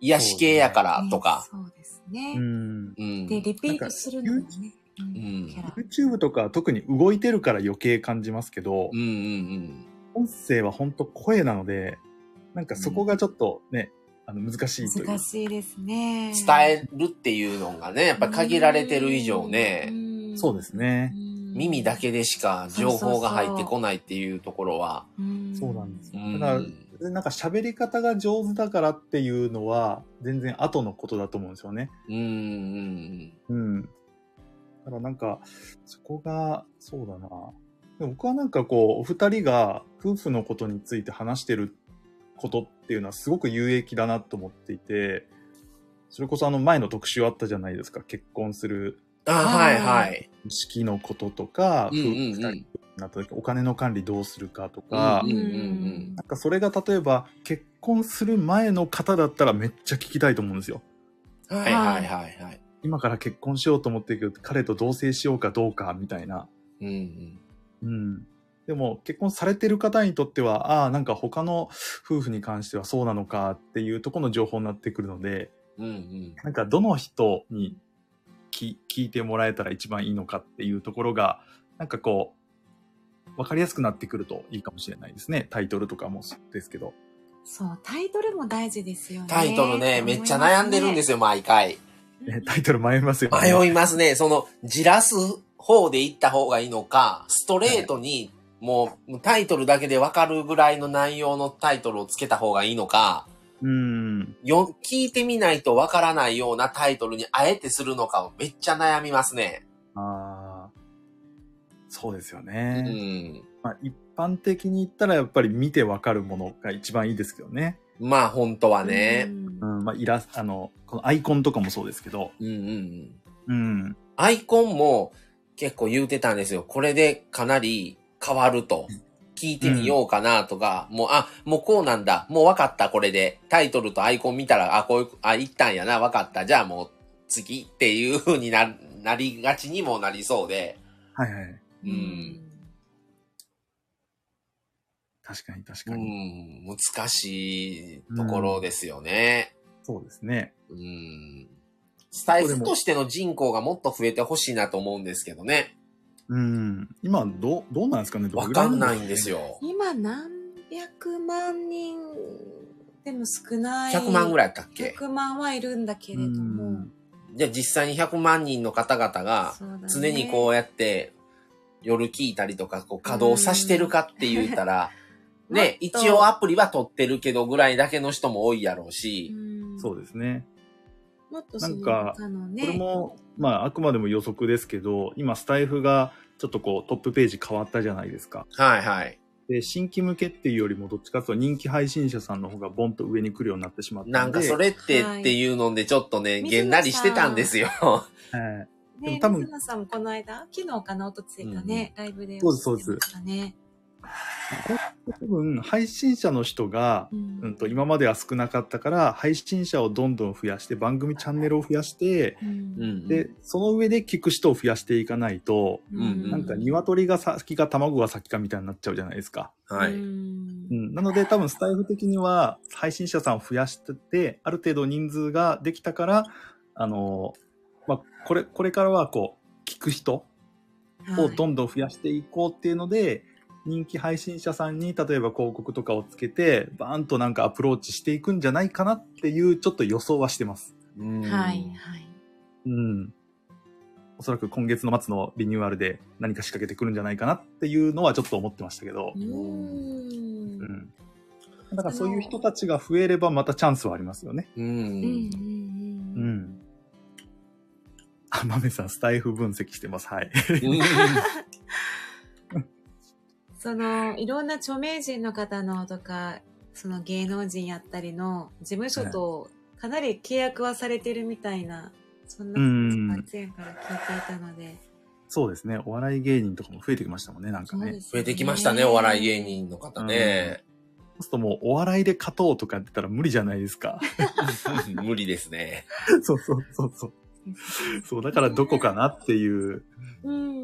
癒し系やからとか。そうですね。うん。うん。で、リピートするのもね、うんうんキャラ。 YouTube とかは特に動いてるから余計感じますけど、うんうん音声は本当声なので、なんかそこがちょっとね、あの難しいというか難。しいですねう。ん。伝えるっていうのがね、やっぱり限られてる以上ね、そうですね。耳だけでしか情報が入ってこないっていうところは、うん。そうなんですうよ。んだから、でなんか喋り方が上手だからっていうのは、全然後のことだと思うんですよね。うんうんうん。だからなんか、そこが、そうだな。でも僕はなんかこう、お二人が夫婦のことについて話してることっていうのはすごく有益だなと思っていて、それこそあの前の特集あったじゃないですか。結婚するあ、はいはい。式のこととか、うん夫婦うんうん二人になった時お金の管理どうするかとか、うんうんうんうんなんかそれが例えば結婚する前の方だったらめっちゃ聞きたいと思うんですよ。はいはいはいはい。今から結婚しようと思ってるけど、彼と同棲しようかどうかみたいな。うんうんうん。でも結婚されてる方にとっては、ああ、なんか他の夫婦に関してはそうなのかっていうところの情報になってくるので、うんうんなんかどの人に聞聞いてもらえたら一番いいのかっていうところが、なんかこう、わかりやすくなってくるといいかもしれないですね。タイトルとかもそうですけど。そう、タイトルも大事ですよね。タイトルね、めっちゃ悩んでるんですよ、毎回。ねタイトル迷いますよね。迷いますね。その、じらす方で行った方がいいのか、ストレートに、もうタイトルだけでわかるぐらいの内容のタイトルをつけた方がいいのか、うん。よ、聞いてみないとわからないようなタイトルにあえてするのかをめっちゃ悩みますね。ああ。そうですようね。ん。まあ、一般的に言ったらやっぱり見てわかるものが一番いいですけどね。まあ本当はうね。んうん、まあ、イラスあの、このアイコンとかもそうですけど。うんうんうん。うん。アイコンも結構言うてたんですよ。これでかなり変わると。聞いてみようかなとか、もう、あ、もうこうなんだ。もう分かった、これで。タイトルとアイコン見たら、あ、こういう、あ、いったんやな、分かった。じゃあもう次っていう風にななりがちにもなりそうで。はいはい。うん。確かに確うかに。ん、難しいところですよね。そうですね。うん。スタイルとしての人口がもっと増えてほしいなと思うんですけどね。うん。今、どう、どうなんですかねどわれぐからいんないんんですよ。今何百万人でも少ない。 100万ぐらい。らいだったっけ100万はいるんだけけれども。じゃあ実際に100万人の方々がそうだね常にこうやって夜聞いたりとかこう稼働させてるかって言ったら、うんね、もっと一応アプリは取ってるけどぐらいだけの人も多いやろううし、んそうですね。もっとそのなんか他のこれね。も、まあ、あくまでも予測ですけど、今、スタイフがちょっとこう、トップページ変わったじゃないですか。はいはい。で、新規向けっていうよりも、どっちかというと人気配信者さんの方がボンと上に来るようになってしまったんで。なんかそれってはいっていうのでちょっとね、水野さんげんなりしてたんですよ。はい。でねも多分水野さんもこの間、昨日かな、おとついかね、ライブで。そうですそうですす。ね。多分、配信者の人がう、んうんと、今までは少なかったから、配信者をどんどん増やして、番組チャンネルを増やして、うんうんで、その上で聞く人を増やしていかないと、ううんなんか鶏が先か卵が先かみたいになっちゃうじゃないですか。はい。うんうん、なので多分スタイフ的には配信者さんを増やしてて、ある程度人数ができたから、あの、まあ、これ、これからはこう、聞く人をどんどん増やしていこうっていうので、人気配信者さんに例えば広告とかをつけて、バーンとなんかアプローチしていくんじゃないかなっていうちょっと予想はしてます。うんはい、はい。うん。おそらく今月の末のリニューアルで何か仕掛けてくるんじゃないかなっていうのはちょっと思ってましたけど。う。うんん。だからそういう人たちが増えればまたチャンスはありますよね。ううんん。ううんん。あ、まめさん、スタイフ分析してます。はい。そのいろんな著名人の方のとかその芸能人やったりの事務所とかなり契約はされてるみたいなそんなうん以前から聞いていたのでそうですね。お笑い芸人とかも増えてきましたもんね、なんかね。そう増えてきましたね、お笑い芸人の方ね。するともう、お笑いで勝とうとかやってたら無理じゃないですか。 無理ですね。そうそうそうそう。そう、だからどこかなっていう、うん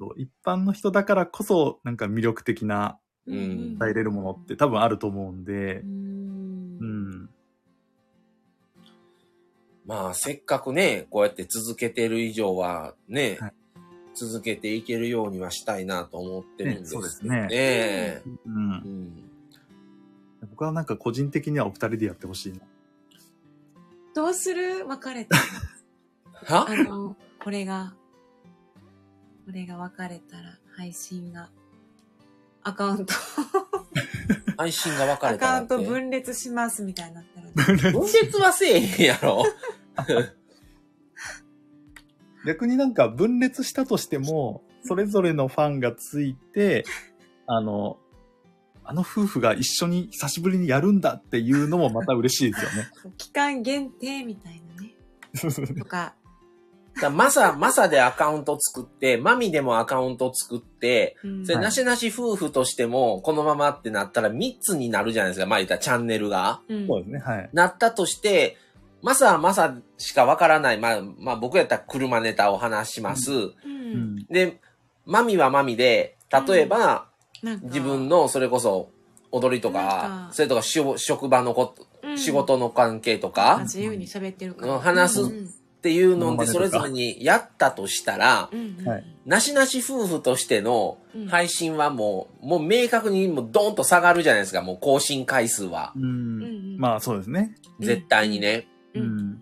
そう一般の人だからこそ、なんか魅力的なうん入れるものって多分あると思うんでう、んうん。まあ、せっかくね、こうやって続けてる以上は、ね、はい続けていけるようにはしたいなと思ってるんですけどね。ねそうですねうんう。ん、僕はなんか個人的にはお二人でやってほしいな。どうする別れたあはのこれがこれが別れたら配信がアカウント配信が分かアれたカらウっンて。ト分裂しますみたいになったら分裂はせえへんやろ。 逆になんか分裂したとしても、それぞれのファンがついて、あの、あの夫婦が一緒に久しぶりにやるんだっていうのもまた嬉しいですよね。期間限定みたいなね。とか、だからマサ、マサでアカウント作って、マミでもアカウント作って、うんそれなしなし夫婦としても、このままってなったら3つになるじゃないですか。まあ言ったらチャンネルが。うんそうですね、はい。なったとして、マサはマサしかわからない。まあ、まあ僕やったら車ネタを話します。ううんん。で、マミはマミで、例えば、なんか自分のそれこそ踊りとかな、んかそれとかしょ職場のこと、仕事の関係とがか自由に喋ってるから。うん話すうんっていうのモノマでネそとかれぞれにやったとしたらう、ん。はいなしなし夫婦としてのうん配信はもう、もう明確にもうドーンと下がるじゃないですか、もう更新回数は。う。うんん。あ、まあそうですね。うん絶対にね。うん。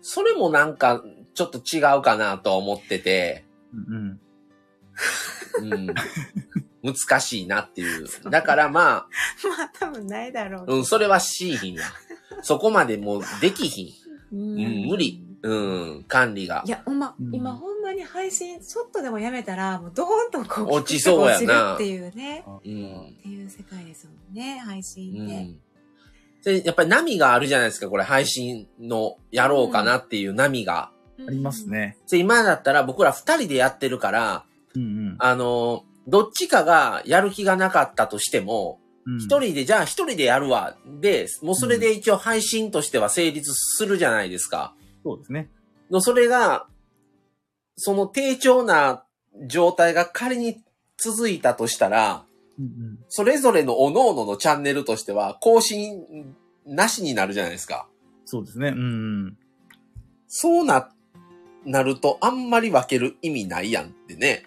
それもなんか、ちょっと違うかなとは思ってて、うん。 うん、難しいなっていう。だからままあ多分ないだろあ、うう。ん、それはしいひんや。そこまでもうできひうん。うん無理うん、管理がい。や、ほんま、うん今ほんまに配信ちょっとでもやめたら、もうドーンとこう落ちそう落やなちるっていうね。うん。っていう世界ですもんね、配う信って。ん。で、やっぱり波があるじゃないですか、これ配信のやろうかなっていう波が。ありますね。で、今だったら僕ら二人でやってるから、うんあの、どっちかがやる気がなかったとしても、うん。一、人で、じゃあ一人でやるわ。で、もうそれで一応配信としては成立するじゃないですか。そうですね。の、それが、その低調な状態が仮に続いたとしたら、うんうん。それぞれの各々のチャンネルとしては、更新なしになるじゃないですか。そうですね。うんうん。そうな、なると、あんまり分ける意味ないやんって ね。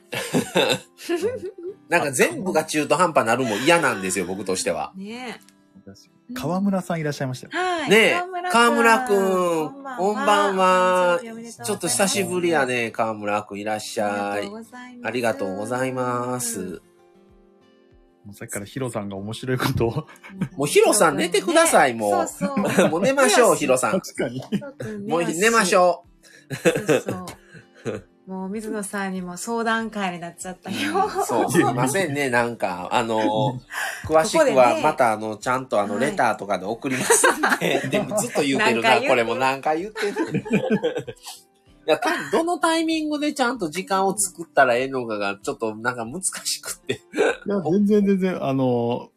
なんか全部が中途半端なるも嫌なんですよ、僕としては。ね私え川村さんいらっしゃいましたよ。はい。ねえ川村く川村くんん。こんばんはちちょっと久しぶりやね、河村くんいらっしゃい。あありがとうございます。。もうさっきからヒロさんが面白いことを。もうヒロさん寝てください もうそうそう。もう寝ましょう、よしヒロさん。確かに。もう寝ましょそうそう。もう水野さんにも相談会になっちゃったよ。 う。そう、すいませんね、なんか、あの、詳しこくこではねまたあの、ちゃんとあの、はいレターとかで送りますんで、でもずっと言って何回言っるな、てるこれも何回言ってる。いや、たどのタイミングでちゃんと時間を作ったらええのかが、ちょっとなんか難しくって。いや、 全然全然、あの、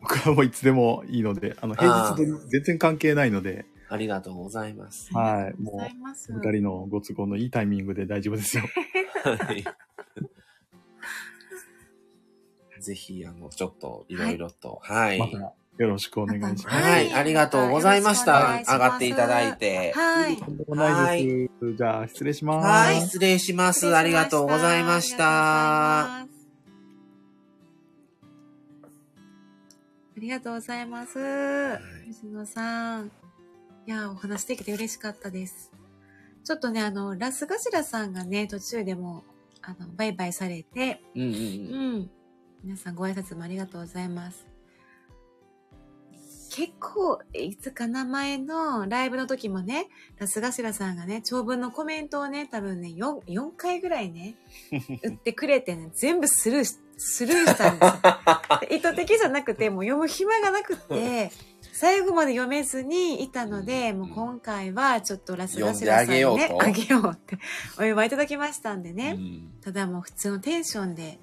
僕はもういつでもいいので、あの、平日と全然関係ないので、ありがとうございます。はい。ごも、ざいうます。二人のご都合のいいタイミングで大丈夫ですよ。はいぜひ、あの、ちょっと、いろいろと、はい。また、よろしくお願いしまます。たはい、ありがとうございましよろしくおた。願い上しますがっていただいて。はい。とんでもないです。じゃあ、失礼します。はい、失失礼礼しましす。ましたありがとうございました。。ありがとうございます。水野さん。いや、お話できて嬉しかったです。ちょっとね、あの、ラスガジラさんがね、途中でも、あの、バイバイされて、うんうんううん。ん。皆さんご挨拶もありがとうございます。結構、いつかな前のライブの時もね、ラスガシラさんがね、長文のコメントをね、多分ね、4, 4回ぐらい ね、打ってくれてね、全部スルーし、スルーしたん ですよ意図的じゃなくて、もう読む暇がなくて、最後まで読めずにいたので、もう今回はちょっとラスガシラさんにね、読んであげようとあげようってお祝いいただきましたんでね。うんただもう普通のテンションで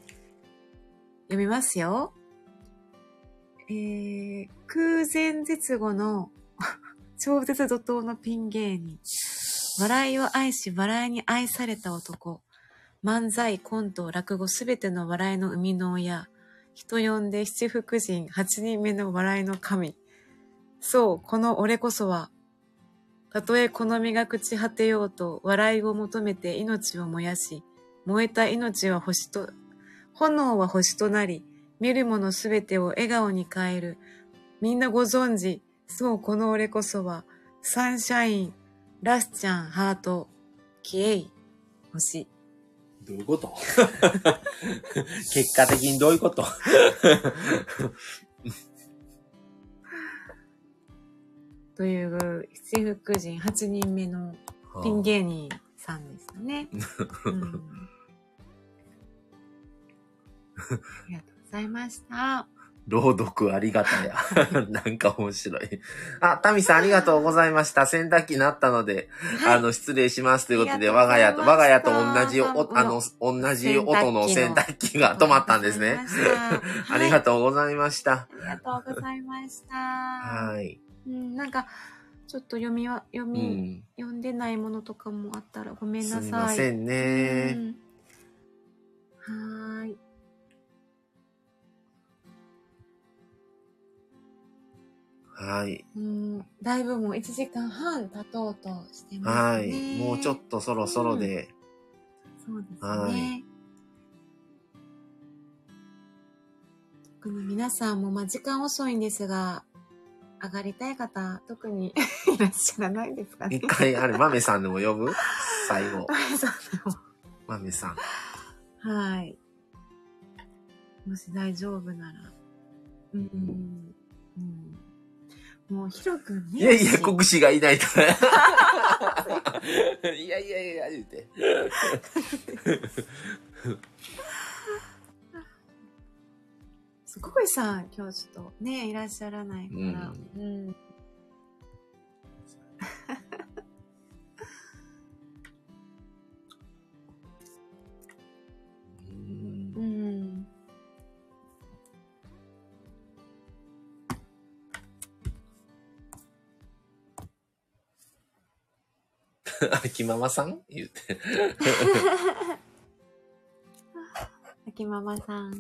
読みますよ。えー、空前絶後の 超絶怒涛のピン芸人。笑いを愛し、笑いに愛された男。漫才、コント、落語、すべての笑いの生みの親。人呼んで七福神、八人目の笑いの神。そう、この俺こそは、たとえこの身が朽ち果てようと、笑いを求めて命を燃やし、燃えた命は星と、炎は星となり、見るものすべてを笑顔に変える。みんなご存知、そうこの俺こそは、サンシャイン、ラスちゃん、ハート、キエイ、星。どういうこと 結果的にどういうことという、七福神8人目のピン芸人さんでしたね。うん、ありがとうございました。 朗読ありがたや。 なんか面白い。あ、タミさんありがとうございました。洗濯機になったので、あの、失礼します。ということで、我があ家りと、がとう我ごがざいま家したと同じ、お、あの、同じ音の洗洗濯濯機が止まったんですね。あ ありりががととうございました。うございました。はいありがとうございました。はい。うん、なんか、ちょっと読みは、読うみ、ん。読んでないものとかもあったらごめんなさすい。みませんね。うんはーい。はい。うん、だいぶもう1時間半経とうとしてまはすい。ね。もうちょっとそろそろで。そうですね。はい特に皆さんも、まあ、時間遅いんですが、上がりたい方、特に いらっしゃらないですかね 一。回、あれ、豆さんでも呼ぶ最後。そうまみさん。はい。もし大丈夫なら。うん。うん、もう、ヒロ君ね。いやいや、国士がいな いから。いやいやいや、言うて。すごいさん、今日ちょっとね、いらっしゃらないから。うん。うんうん。 秋ママさん言うて。秋ママさん。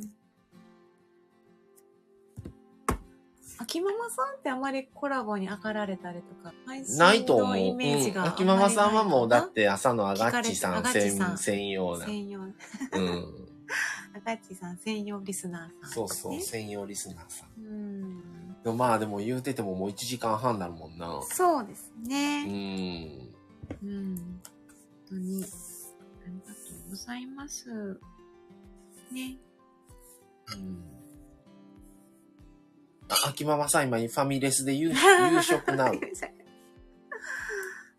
秋ママさんってあまりコラボに上がられたりとか、配信のないと思う。イメージうんがあんま秋りなマいマさんはもう、だって朝のア聞ガかッれチてさんアガッチさん専専用な。専用、アうん。ガッチさん専用リスナーさん、そうそう、ね専用リスナーさん。うん。でもまあでも言うててももう1時間半になるもんな。そうですうね。ん。うん。本当に。ありがとうございます。ね。うんあ秋ママさん今ファミレス で夕夕食なの。え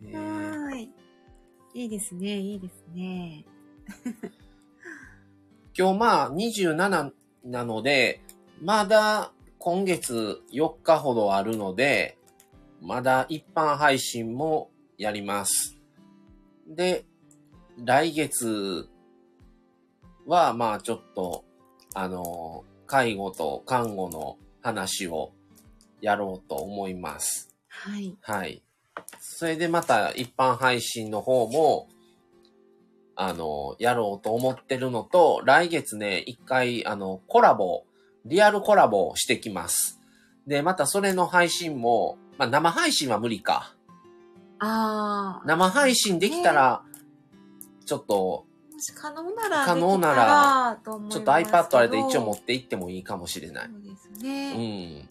ーはーい。いいですね、いいですね。今日まあ27なので、まだ今月4日ほどあるので、まだ一般配信もやります。で、来月はまあちょっと、あの、介護と看護の話をやろうと思います。はい。はい。それでまた一般配信の方も、あの、やろうと思ってるのと、来月ね、一回、あの、コラボ、リアルコラボをしてきます。で、またそれの配信も、まあ、生配信は無理か。ああ。生配信できたら、ちょっと、もし可能なら、可能ならら、と思いちょっとますけど iPad あれで一応持って行ってもいいかもしれないそ。うですうね。ん。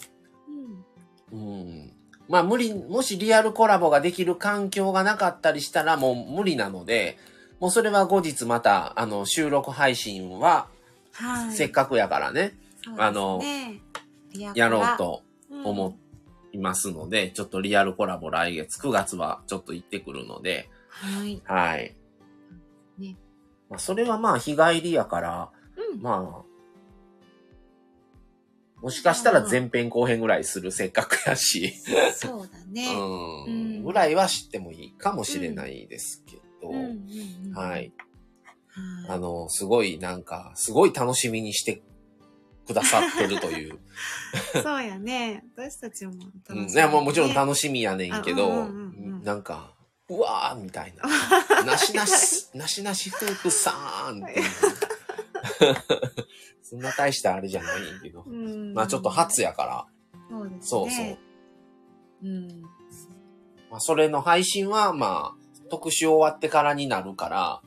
うん。うん。まあ無理、もしリアルコラボができる環境がなかったりしたらもう無理なので、もうそれは後日また、あの、収録配信は、はい。せっかくやからそうね、ですねあの、リアやろうとと思いますので、ちょっとリアルコラボ来月、9月はちょっと行ってくるので、はい。はい。ねまあそれはまあ日帰りやから、うん。 まあ、もしかしたら前編後編ぐらいする、せっかくやし。そうだね。ううんんぐらいは知ってもいいかもしれないですけど、うんうんうんはい。。あはい。の、すごいなんか、すごい楽しみにしてくださってると いう。 そうやね。私たちもうん楽しみいや、もうもちろん楽しみやねんけど、あうんうんうんうんなんか、うわーみた いな。なしなし、なしなしフープさーんっていう。そんな大したあれじゃないんやけど。うんまあちょっと初やから、そうですね。そうそう。。うん。まあ、それの配信は、まあ、特集終わってからになるから、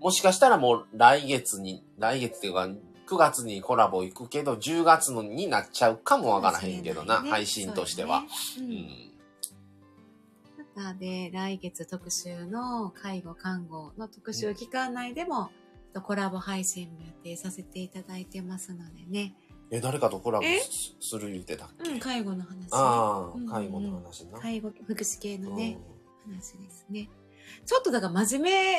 もしかしたらもう来月に、来月っていうか、9月にコラボ行くけど、10月のになっちゃうかもわからへんけどな、かもしれいね配信としては。。そううやねうん。ん。なので、来月特集の介護看護の特集期間内でも、コラボ配信も予定させていただいてますのでね。え、誰かとコラボえすする言うてたっけ、うん、介護の話。あうんうんうんあ、介護の話な。介護福祉系のね、う話ですね。ちょっとだから真面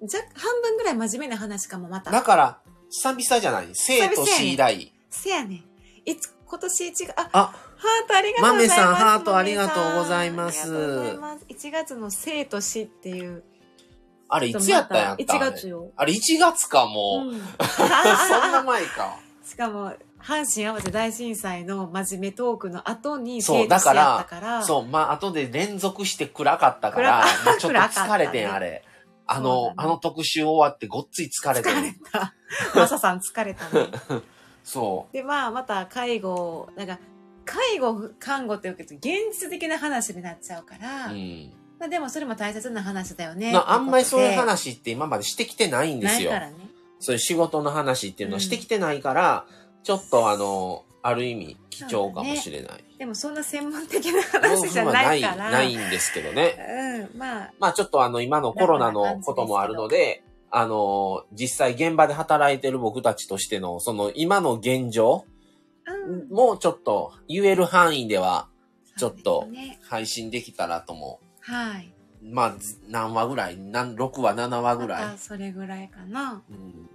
目、じゃ、半分ぐらい真面目な話かもまんだた。から、久々じゃない生と死以来。せやね。いつ、今年1月、あ、あ、ハートありがとうございます。豆さんハート豆さんありがとうございますありがとうございます1月の生と死っていう。あれいつやったんやまったた ?1 月よ。あれ1月かもう。うん そんな前か。しかも、阪神淡路大震災の真面目トークの後にそう生徒してやったから、そう、まあ、後で連続して暗かったから、暗もうちょっと暗かった疲ねれてん、あれ。あそうのだね、あの特集終わってごっつい疲れて疲れん。 た。マサさん疲れたね。そで、まあ、また介護、なんか、介護、看護って言うけど、現実的な話になっちゃうから、う。うん。まあでもそれも大切な話だよね。なあんまりそういうってこ話って今までしてきてないんとでですよない。からね。そういう仕事の話っていうのはしてきてないから、ちょっとあの、ある意味貴重かもしれない。でもそんな専門的なそう話うじのゃはなないい、から。ないんですけどね。うん、まあ、まあちょっとあの今のコロナのこともあるので、あの、実際現場で働いてる僕たちとしての、その今の現状うんもうちょっと言える範囲ではちょっとそうですね配信できたらとも、はい。まあ、ず何話ぐらい何 ?6 話、7話ぐまらたそれぐらいかな。い、うん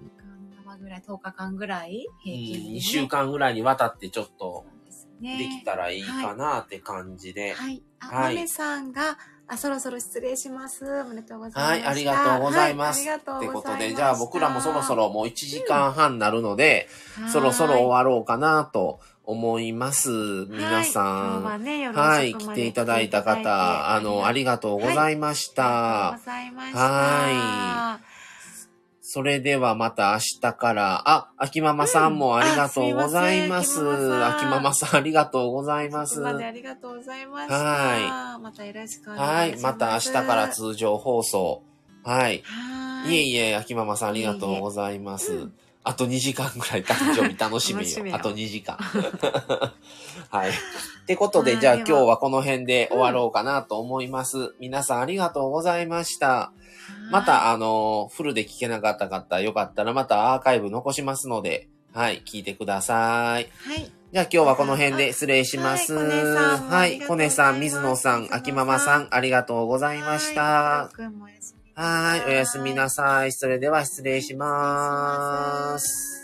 7話ぐらい、10日間ぐらい平均でね、 ?2 週間ぐらいにわたってちょっそとうですね。できたらいいかなって感じで。はい。あ、ははいい、さんが、あ、そろそろ失礼します。おめでとうございます。はい、ありがとうございます。はい、ありがっとてうこございましとたで、じゃあ僕らもそろそ、ろもう1時間半になるので、はいそろそろ終わろうかなと思います。皆さん。はい、今日はね夜遅くまはでい、来ていただいた聞いていただいて方、あの、ありがとうございました。ありがとうございました。はそれではまた明日から、あ、秋ママさんもありがとうございます。うんあすいません秋秋ママママさんありがとうございま遅す。くまではありがとうございました。はまたよろしくお願いします。い、また明日から通常放送。はい。はいえいえ、秋ママさんありがとうございます。あと2時間ぐらい誕生日楽しみ楽しみよよ。あと2時間。はい。ってことで、はいじゃあで今は日はこの辺で終わろうかなと思います。皆さんありがとうございました。また、あの、フルで聞けなかった方、よかったらまたアーカイブ残しますので、はい、聞いてください。はい。じゃあ今日はこの辺で失礼します。はいコネさんもはありい、がとうございますコネさん、水野さん、秋ママさん、ありがとうございました。はい。僕もおやすみなさはい、おやすみなさい。それでは失礼します。